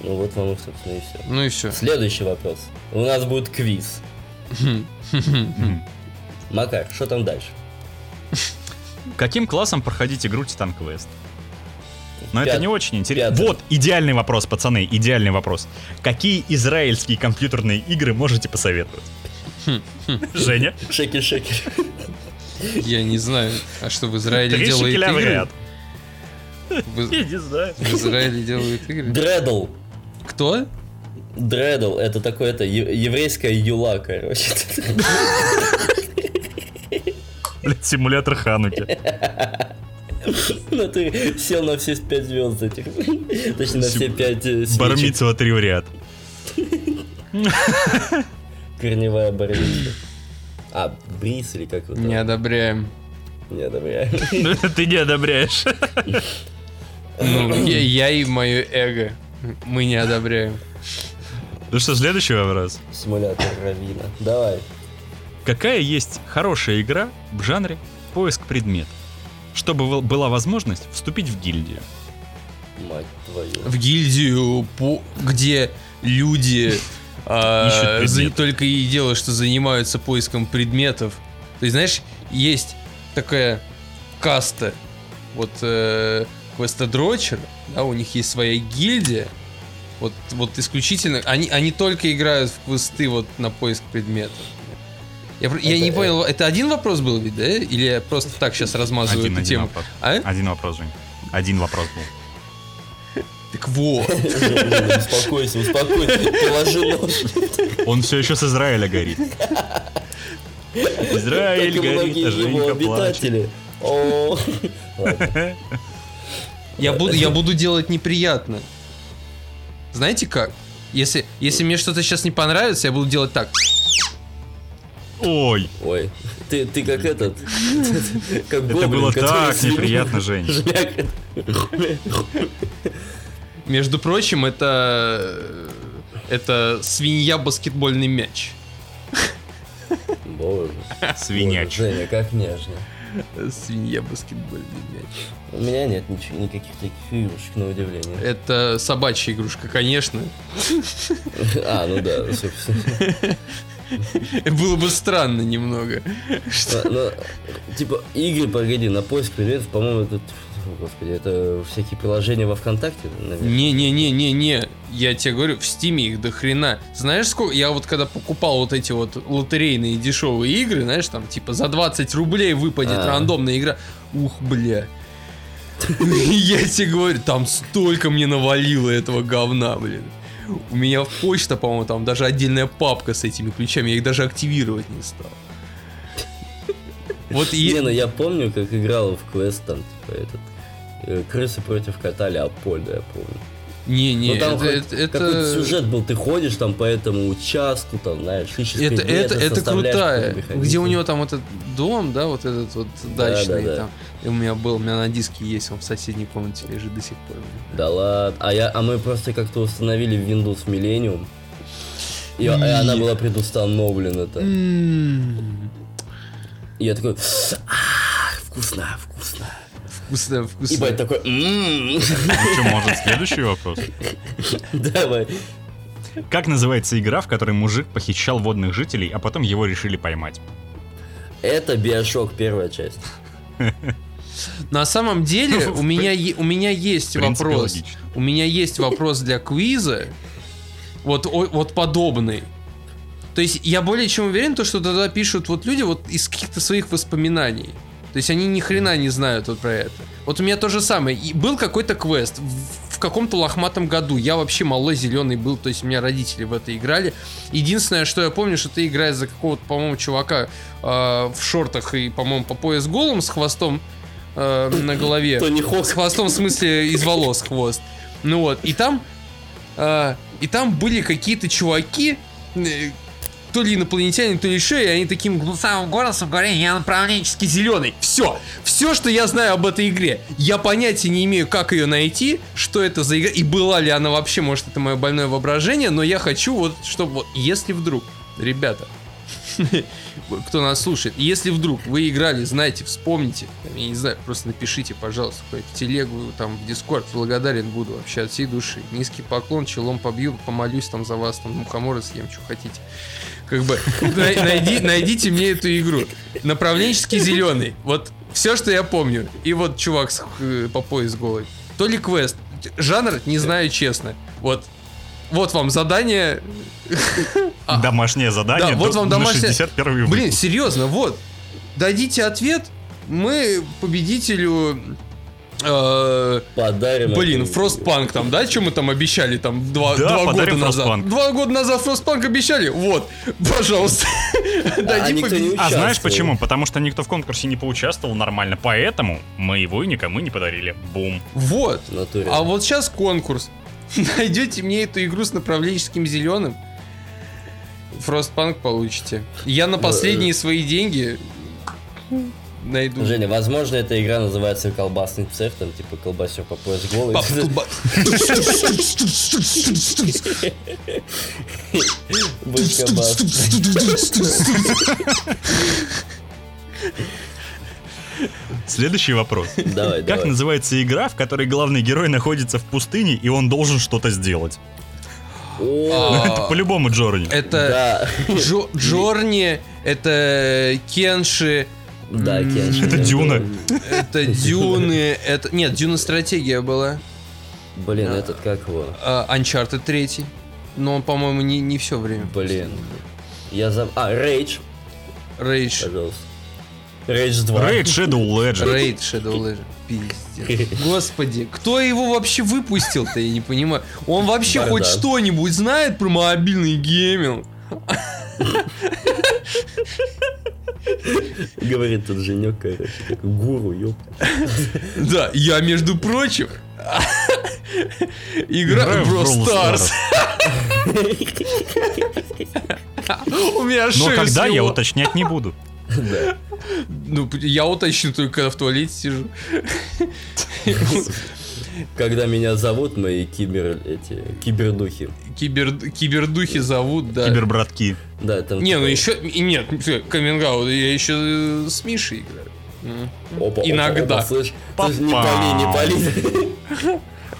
[SPEAKER 2] Ну вот вам, и, собственно, и все.
[SPEAKER 3] Ну и все.
[SPEAKER 2] Следующий вопрос. У нас будет квиз.
[SPEAKER 1] Мгм.
[SPEAKER 2] Макар, что там дальше?
[SPEAKER 1] Каким классом проходить игру Titan Quest? Но это
[SPEAKER 2] Пят-
[SPEAKER 1] не очень интересно.
[SPEAKER 2] пятым.
[SPEAKER 1] Вот идеальный вопрос, пацаны, идеальный вопрос. Какие израильские компьютерные игры можете посоветовать?
[SPEAKER 3] Хм,
[SPEAKER 1] Женя?
[SPEAKER 2] Шекер-шекер.
[SPEAKER 3] Я не знаю, а что в Израиле
[SPEAKER 1] Три
[SPEAKER 3] делают
[SPEAKER 1] шекеля в
[SPEAKER 3] игры?
[SPEAKER 1] ряд.
[SPEAKER 3] В Из-
[SPEAKER 1] Я не знаю.
[SPEAKER 3] в Израиле делают игры?
[SPEAKER 2] Дредл.
[SPEAKER 3] Кто?
[SPEAKER 2] Дредл, это такое, это е- еврейская юла, короче.
[SPEAKER 1] Блядь, симулятор Хануки.
[SPEAKER 2] Ну ты сел на все пять звезд этих. Точнее, на все
[SPEAKER 1] Сим-
[SPEAKER 2] пять э, свечек.
[SPEAKER 1] Бармицева три в ряд.
[SPEAKER 2] Корневая бармица. А, брис или как вот
[SPEAKER 3] Не
[SPEAKER 2] там?
[SPEAKER 3] одобряем.
[SPEAKER 2] Не одобряю.
[SPEAKER 1] Ну, Ты не одобряешь.
[SPEAKER 3] Ну, я, я и мое эго. Мы не одобряем.
[SPEAKER 1] Ну что, следующий вопрос.
[SPEAKER 2] Симулятор Равина. Давай.
[SPEAKER 1] Какая есть хорошая игра в жанре поиск предметов? Чтобы был- была возможность вступить в гильдию.
[SPEAKER 2] Мать твою.
[SPEAKER 3] в гильдию, по- где люди а,
[SPEAKER 1] Ищут
[SPEAKER 3] за-
[SPEAKER 1] предметы.
[SPEAKER 3] только и дело, что занимаются поиском предметов. То есть, знаешь, есть такая каста, вот э, квестодрочер, да, у них есть своя гильдия, вот, вот исключительно, они, они только играют в квесты вот на поиск предметов. Я, про- я
[SPEAKER 2] Это-
[SPEAKER 1] э,
[SPEAKER 3] не понял, это один вопрос был ведь, да? Или я просто так сейчас размазываю
[SPEAKER 1] Один,
[SPEAKER 3] эту
[SPEAKER 1] один
[SPEAKER 3] тему?
[SPEAKER 1] вопрос.
[SPEAKER 3] А?
[SPEAKER 1] Один вопрос, Жень. Один вопрос был. А.
[SPEAKER 3] Так вот.
[SPEAKER 2] Блин, Успокойся, успокойся. Положи нож.
[SPEAKER 1] Он все еще с Израиля горит.
[SPEAKER 2] Как и
[SPEAKER 1] Израиль горит,
[SPEAKER 2] многие
[SPEAKER 1] а
[SPEAKER 2] его
[SPEAKER 1] Женька плачет.
[SPEAKER 2] обитатели. О, ладно.
[SPEAKER 3] Я
[SPEAKER 2] Да,
[SPEAKER 3] буду,
[SPEAKER 2] это-
[SPEAKER 3] я буду делать неприятно. Знаете как? Если, если мне что-то сейчас не понравится, я буду делать так.
[SPEAKER 1] Ой,
[SPEAKER 2] Ой, ты, ты как этот, как
[SPEAKER 1] это было так неприятно, Жень.
[SPEAKER 2] Жень.
[SPEAKER 3] Между прочим, это... э, Это свинья-баскетбольный мяч.
[SPEAKER 2] Боже.
[SPEAKER 1] Свиняч.
[SPEAKER 2] Боже, Женя, как нежно.
[SPEAKER 3] Э, Свинья-баскетбольный мяч.
[SPEAKER 2] У меня нет ничего, никаких таких игрушек, на удивление.
[SPEAKER 3] Это собачья игрушка, конечно.
[SPEAKER 2] А, ну да, собственно.
[SPEAKER 3] Было бы странно немного.
[SPEAKER 2] А, ну, типа, игры, погоди, на поиск предметов, по-моему, это... фу, Господи, это всякие приложения во ВКонтакте, наверное.
[SPEAKER 3] Не-не-не-не-не. Я тебе говорю, в Стиме их до хрена. Знаешь, сколько? Я вот когда покупал вот эти вот лотерейные дешевые игры, знаешь, там типа за 20 рублей выпадет
[SPEAKER 2] А.
[SPEAKER 3] рандомная игра. Ух, бля. Я тебе говорю, там столько мне навалило этого говна, блин. У меня в почта, по-моему, там даже отдельная папка с этими ключами, я их даже активировать не стал. Вот
[SPEAKER 2] Не,
[SPEAKER 3] и...
[SPEAKER 2] ну я помню, как играл в квест там, типа, этот... э, Крысы против кота Леопольда, я помню.
[SPEAKER 3] Не-не,
[SPEAKER 2] Ну, там
[SPEAKER 3] это...
[SPEAKER 2] хоть
[SPEAKER 3] это- это-
[SPEAKER 2] Какой-то сюжет был, ты ходишь там по этому участку, там, знаешь, ищешь
[SPEAKER 3] Это,
[SPEAKER 2] предметы,
[SPEAKER 3] это, это
[SPEAKER 2] составляешь
[SPEAKER 3] крутая,
[SPEAKER 2] какой-то
[SPEAKER 3] где у
[SPEAKER 2] механизм.
[SPEAKER 3] него там этот дом, да, вот этот вот
[SPEAKER 2] Да,
[SPEAKER 3] дачный
[SPEAKER 2] да, да.
[SPEAKER 3] там. И у меня был, у меня на диске есть, он в соседней комнате лежит до сих пор.
[SPEAKER 2] Да ладно, а, я, а мы просто как-то установили Windows Millennium, и, и она была предустановлена там. М-м-м. И я такой, «Ах, вкусно, вкусно.
[SPEAKER 3] Вкусно,
[SPEAKER 2] И
[SPEAKER 3] вкусно.
[SPEAKER 2] Байт такой, «М-м».
[SPEAKER 1] Ну что, может, следующий вопрос?
[SPEAKER 2] давай.
[SPEAKER 1] Как называется игра, в которой мужик похищал водных жителей, а потом его решили поймать?
[SPEAKER 2] Это Биошок первая часть.
[SPEAKER 3] На самом деле у меня е- у меня есть
[SPEAKER 1] В принципе,
[SPEAKER 3] вопрос.
[SPEAKER 1] логично.
[SPEAKER 3] У меня есть вопрос для квиза. Вот, о- вот подобный. То есть я более чем уверен, то, что туда пишут вот люди вот из каких-то своих воспоминаний. То есть они ни хрена не знают вот про это. Вот у меня то же самое. И был какой-то квест в, в каком-то лохматом году. Я вообще малой зеленый был, то есть у меня родители в это играли. Единственное, что я помню, что ты играешь за какого-то, по-моему, чувака э, в шортах и, по-моему, по пояс голым с хвостом э, на голове.
[SPEAKER 2] Тони
[SPEAKER 3] С
[SPEAKER 2] Хокс.
[SPEAKER 3] хвостом, в смысле, из волос хвост. Ну вот, и там... э, и там были какие-то чуваки, э, то ли инопланетяне, то ли еще, и они таким гл- самым голосом говорили, я направленчески зеленый. Все, все, что я знаю об этой игре. Я понятия не имею, как ее найти, что это за игра, и была ли она вообще, может, это мое больное воображение, но я хочу вот, чтобы, вот, если вдруг, ребята, кто нас слушает, если вдруг вы играли, знаете, вспомните, там, я не знаю, просто напишите, пожалуйста, хоть в телегу, там, в Дискорд, благодарен буду вообще от всей души. Низкий поклон, челом побью, помолюсь там за вас, там, мухоморы съем, что хотите. Как бы, най- найди- найдите мне эту игру. Направленческий зеленый. Вот все, что я помню. И вот чувак с, э, по пояс голый. То ли квест. Жанр, не знаю честно. Вот. Вот вам задание. А.
[SPEAKER 4] Домашнее задание.
[SPEAKER 3] Да, вот
[SPEAKER 4] до-
[SPEAKER 3] вам
[SPEAKER 4] на
[SPEAKER 3] домашнее-
[SPEAKER 4] 61
[SPEAKER 3] Блин,
[SPEAKER 4] выпуск.
[SPEAKER 3] серьезно, вот. Дадите ответ, мы победителю... э,
[SPEAKER 2] Подарим.
[SPEAKER 3] блин,
[SPEAKER 2] эту-
[SPEAKER 3] Фростпанк там, да? Что мы там обещали там два,
[SPEAKER 4] Да,
[SPEAKER 3] два года
[SPEAKER 4] подарим
[SPEAKER 3] назад?
[SPEAKER 4] Frostpunk.
[SPEAKER 3] Два года назад Фростпанк обещали? Вот, пожалуйста.
[SPEAKER 2] А
[SPEAKER 3] Дадим
[SPEAKER 2] никто не
[SPEAKER 3] победителю.
[SPEAKER 4] А знаешь
[SPEAKER 2] участвовал.
[SPEAKER 4] почему? Потому что никто в конкурсе не поучаствовал нормально, поэтому мы его и никому не подарили. Бум.
[SPEAKER 3] Вот.
[SPEAKER 2] В натуре.
[SPEAKER 3] А вот сейчас конкурс. Найдете мне эту игру с направленческим зеленым, Фростпанк получите. Я на последние свои деньги найду.
[SPEAKER 2] Женя, возможно, эта игра называется колбасный цех, там типа колбасер по пояс голый.
[SPEAKER 3] Пап, колба-
[SPEAKER 2] Будет колбас.
[SPEAKER 4] Следующий вопрос.
[SPEAKER 2] Давай,
[SPEAKER 4] Как
[SPEAKER 2] давай.
[SPEAKER 4] называется игра, в которой главный герой находится в пустыне и он должен что-то сделать?
[SPEAKER 2] О,
[SPEAKER 3] А,
[SPEAKER 4] Это по-любому Джорни.
[SPEAKER 2] Да,
[SPEAKER 3] Это Джо- Джорни, это Кенши,
[SPEAKER 2] да, Кеншин.
[SPEAKER 4] Это Дюна.
[SPEAKER 3] это Дюны, это... Нет, Дюна стратегия была.
[SPEAKER 2] Блин, этот как его?
[SPEAKER 3] А, Uncharted 3. Но он, по-моему, не, не все время.
[SPEAKER 2] Блин. Я за... А, Рейдж,
[SPEAKER 3] Рейдж.
[SPEAKER 2] пожалуйста. Рейдж 2.
[SPEAKER 4] Raid Shadow Legend.
[SPEAKER 3] Рейд Shadow Legend. Пиздец. Господи, кто его вообще выпустил-то, я не понимаю. Он вообще
[SPEAKER 2] Бардак.
[SPEAKER 3] хоть что-нибудь знает про мобильный гейминг?
[SPEAKER 2] Говорит тут Женек, короче, такой гуру, ёп.
[SPEAKER 3] Да, я, между прочим, играю
[SPEAKER 4] Играю
[SPEAKER 3] в
[SPEAKER 4] в Brawl
[SPEAKER 3] Stars. У меня
[SPEAKER 4] Но
[SPEAKER 3] шею
[SPEAKER 4] когда я
[SPEAKER 3] свело.
[SPEAKER 4] уточнять не буду.
[SPEAKER 2] Да.
[SPEAKER 3] Ну, я уточню только, когда в туалете сижу.
[SPEAKER 2] Когда меня зовут, мои кибер... эти... кибердухи.
[SPEAKER 3] Кибер- кибердухи зовут, да.
[SPEAKER 4] Кибербратки.
[SPEAKER 2] Да, там... типа,
[SPEAKER 3] Не, ну
[SPEAKER 2] такой,
[SPEAKER 3] еще... и Нет, каминг я еще с Мишей играю. М.
[SPEAKER 2] опа, опа,
[SPEAKER 3] иногда.
[SPEAKER 2] опа, слышь, слышь, не
[SPEAKER 4] Попал.
[SPEAKER 2] боли, не боли.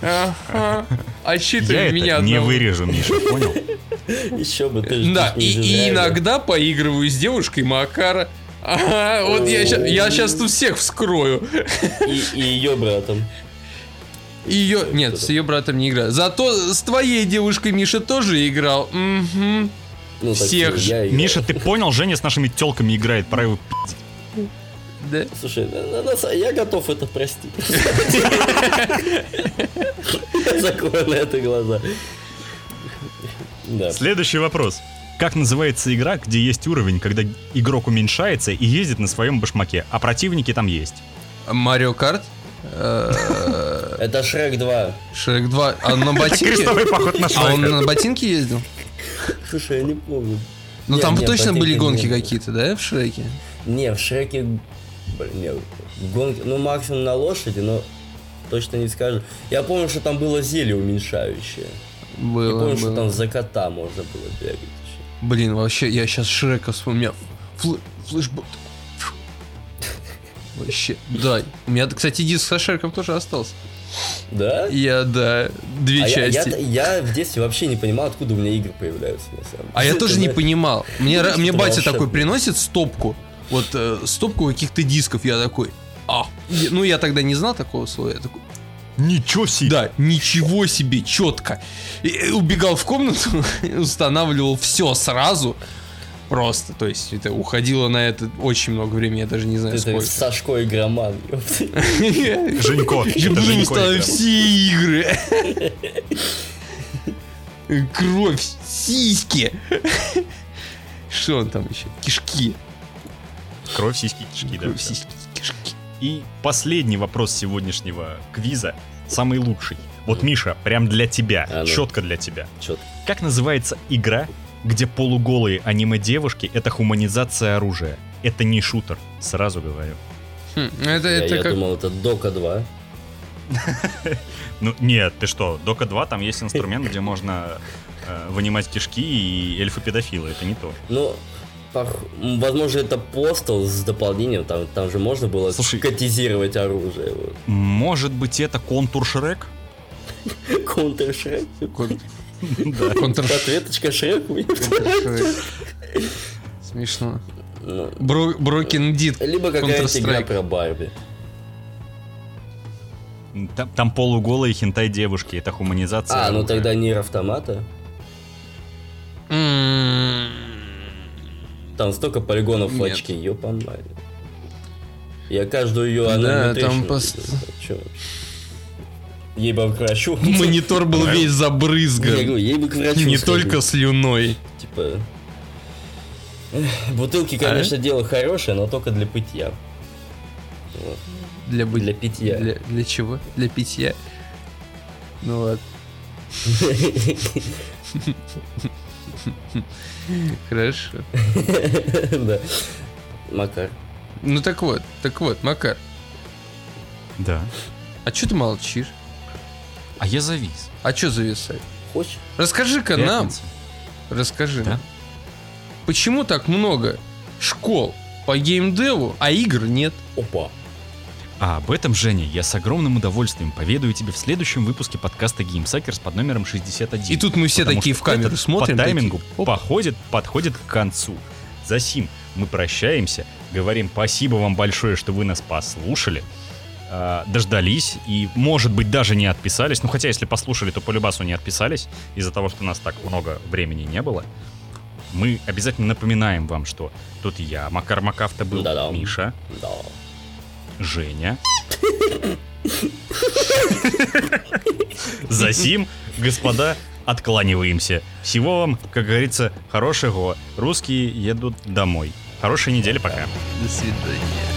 [SPEAKER 3] Ага. А
[SPEAKER 4] Я
[SPEAKER 3] считывай меня
[SPEAKER 4] это не
[SPEAKER 3] одного.
[SPEAKER 4] вырежу, Миша, понял?
[SPEAKER 2] Еще бы ты ж-
[SPEAKER 3] Да,
[SPEAKER 2] ты ж
[SPEAKER 3] и,
[SPEAKER 2] не
[SPEAKER 3] и
[SPEAKER 2] изживляешь.
[SPEAKER 3] иногда поигрываю с девушкой Макара. Ага, вот я сейчас, я сейчас тут всех вскрою.
[SPEAKER 2] И, и ее братом.
[SPEAKER 3] Ее... Нет, с ее братом не играю. Зато с твоей девушкой Миша тоже играл. Мгм.
[SPEAKER 2] Ну, так
[SPEAKER 3] всех
[SPEAKER 2] что я играю.
[SPEAKER 4] Миша, ты понял, Женя с нашими телками играет, пора его пи***ть.
[SPEAKER 3] Да.
[SPEAKER 2] Слушай, на- на- на са- я готов это простить. Я закрою на это глаза. Да.
[SPEAKER 4] Следующий вопрос. Как называется игра, где есть уровень, когда игрок уменьшается и ездит на своем башмаке, а противники там есть?
[SPEAKER 3] Марио Карт? э,
[SPEAKER 2] Это Шрек 2.
[SPEAKER 3] Шрек 2. А на ботинке?
[SPEAKER 4] Крестовый поход на
[SPEAKER 3] А он
[SPEAKER 4] Шрека.
[SPEAKER 3] на ботинке ездил?
[SPEAKER 2] Слушай, я не помню.
[SPEAKER 3] Ну
[SPEAKER 2] Не,
[SPEAKER 3] там
[SPEAKER 2] не,
[SPEAKER 3] точно
[SPEAKER 2] ботинки
[SPEAKER 3] были гонки
[SPEAKER 2] не было.
[SPEAKER 3] какие-то, да, в Шреке?
[SPEAKER 2] Не, в Шреке... Блин, не, в гонке... Ну, максимум на лошади, но точно не скажу. Я помню, что там было зелье уменьшающее. Я
[SPEAKER 3] Было,
[SPEAKER 2] помню, что там
[SPEAKER 3] было.
[SPEAKER 2] за кота можно было бегать. ещё.
[SPEAKER 3] Блин, вообще, я сейчас Шрека вспомнил. Флэ- Флэшбэк. Фу. Вообще, да. У меня, кстати, диск со Шреком тоже остался.
[SPEAKER 2] Да?
[SPEAKER 3] Я, да, две
[SPEAKER 2] А я, я,
[SPEAKER 3] части.
[SPEAKER 2] я в детстве вообще не понимал, откуда у меня игры появляются, на самом
[SPEAKER 3] А я
[SPEAKER 2] деле.
[SPEAKER 3] тоже не
[SPEAKER 2] Знаешь,
[SPEAKER 3] понимал. Мне, ра- мне
[SPEAKER 2] что
[SPEAKER 3] батя такой
[SPEAKER 2] волшебно.
[SPEAKER 3] приносит стопку. Вот э, стопку каких-то дисков. Я такой, охуеть. я- ну я тогда не знал такого слова. Я такой,
[SPEAKER 1] Ничего себе.
[SPEAKER 3] да, ничего себе, четко. И- и убегал в комнату, и устанавливал все сразу. Просто, то есть это уходило на это очень много времени, я даже не знаю
[SPEAKER 2] Это
[SPEAKER 3] сколько.
[SPEAKER 2] Сашко игроман. ёпта.
[SPEAKER 1] Женько.
[SPEAKER 3] Я
[SPEAKER 1] Это
[SPEAKER 3] буду
[SPEAKER 1] Женько
[SPEAKER 3] ставить
[SPEAKER 1] играл.
[SPEAKER 3] все игры. Кровь, сиськи. Что он там еще? Кишки.
[SPEAKER 1] Кровь, сиськи, кишки, да.
[SPEAKER 3] Кровь,
[SPEAKER 1] всё.
[SPEAKER 3] сиськи, кишки.
[SPEAKER 1] И последний вопрос сегодняшнего квиза, самый лучший. Вот, Миша, прям для тебя,
[SPEAKER 2] А ну.
[SPEAKER 1] четко для тебя.
[SPEAKER 2] Чё ты?
[SPEAKER 1] Как называется игра, где полуголые аниме-девушки — это хуманизация оружия? Это не шутер, сразу говорю.
[SPEAKER 3] Хм, ну Это,
[SPEAKER 2] Я
[SPEAKER 3] это
[SPEAKER 2] я
[SPEAKER 3] как...
[SPEAKER 2] думал, это Дока 2.
[SPEAKER 1] Ну, нет, ты что, Дока 2, там есть инструмент, где можно э, вынимать кишки и эльфы-педофилы, это не то.
[SPEAKER 2] Ну, пох- м, возможно, это постел с дополнением. Там, там же можно было
[SPEAKER 1] Слушай.
[SPEAKER 2] котизировать оружие. вот.
[SPEAKER 1] Может быть, это контур Шрек?
[SPEAKER 2] Counter Shrek.
[SPEAKER 3] кон-
[SPEAKER 1] Да.
[SPEAKER 3] контр-
[SPEAKER 2] Ответочка Шреку.
[SPEAKER 3] Смешно.
[SPEAKER 2] Ну,
[SPEAKER 3] Бро- Брокен Дит.
[SPEAKER 2] Либо какая-то игра
[SPEAKER 3] Counter-Strike.
[SPEAKER 2] про Барби.
[SPEAKER 1] Там, там полуголые хентай-девушки, это хуманизация
[SPEAKER 2] А, ну
[SPEAKER 1] оружия.
[SPEAKER 2] тогда Нир Автомата.
[SPEAKER 3] М-м-м.
[SPEAKER 2] Там столько полигонов в
[SPEAKER 3] Нет.
[SPEAKER 2] очке, ёпамали. Я каждую ее
[SPEAKER 3] Да,
[SPEAKER 2] анометричную
[SPEAKER 3] там
[SPEAKER 2] видел,
[SPEAKER 3] пост-
[SPEAKER 2] так чё вообще. Ей бы к врачу.
[SPEAKER 3] Монитор был весь
[SPEAKER 2] Я
[SPEAKER 3] забрызган.
[SPEAKER 2] говорю, ей бы к врачу.
[SPEAKER 3] Не
[SPEAKER 2] сходить.
[SPEAKER 3] только слюной.
[SPEAKER 2] Типа... Эх,
[SPEAKER 3] А?
[SPEAKER 2] Бутылки, конечно, дело хорошее, но только для питья.
[SPEAKER 3] Для, бы-
[SPEAKER 2] Для питья.
[SPEAKER 3] Для, для чего? Для питья. Ну ладно. Хорошо.
[SPEAKER 2] Да. Макар.
[SPEAKER 3] Ну так вот, так вот, Макар,
[SPEAKER 1] Да.
[SPEAKER 3] а чё ты молчишь?
[SPEAKER 1] А я завис.
[SPEAKER 3] А чё зависает?
[SPEAKER 2] Хочешь?
[SPEAKER 3] Расскажи-ка нам,
[SPEAKER 1] Пятница.
[SPEAKER 3] расскажи
[SPEAKER 1] Да?
[SPEAKER 3] нам, почему так много школ по геймдеву, а игр нет?
[SPEAKER 2] Опа.
[SPEAKER 1] А об этом, Женя, я с огромным удовольствием поведаю тебе в следующем выпуске подкаста GameSackers под номером 61.
[SPEAKER 3] И тут мы все
[SPEAKER 1] Потому
[SPEAKER 3] такие
[SPEAKER 1] что
[SPEAKER 3] в камеру
[SPEAKER 1] этот
[SPEAKER 3] смотрим.
[SPEAKER 1] По
[SPEAKER 3] такие,
[SPEAKER 1] таймингу
[SPEAKER 3] «Оп,
[SPEAKER 1] походит, подходит к концу. За сим мы прощаемся, говорим спасибо вам большое, что вы нас послушали, а, дождались и, может быть, даже не отписались. Ну, хотя, если послушали, то по любасу не отписались из-за того, что у нас так много времени не было. Мы обязательно напоминаем вам, что тут я, Макар Макафта был,
[SPEAKER 2] Да-да.
[SPEAKER 1] Миша,
[SPEAKER 2] Да.
[SPEAKER 1] Женя. За сим, господа, откланиваемся. Всего вам, как говорится, хорошего. Русские едут домой. Хорошей недели, пока.
[SPEAKER 3] До свидания.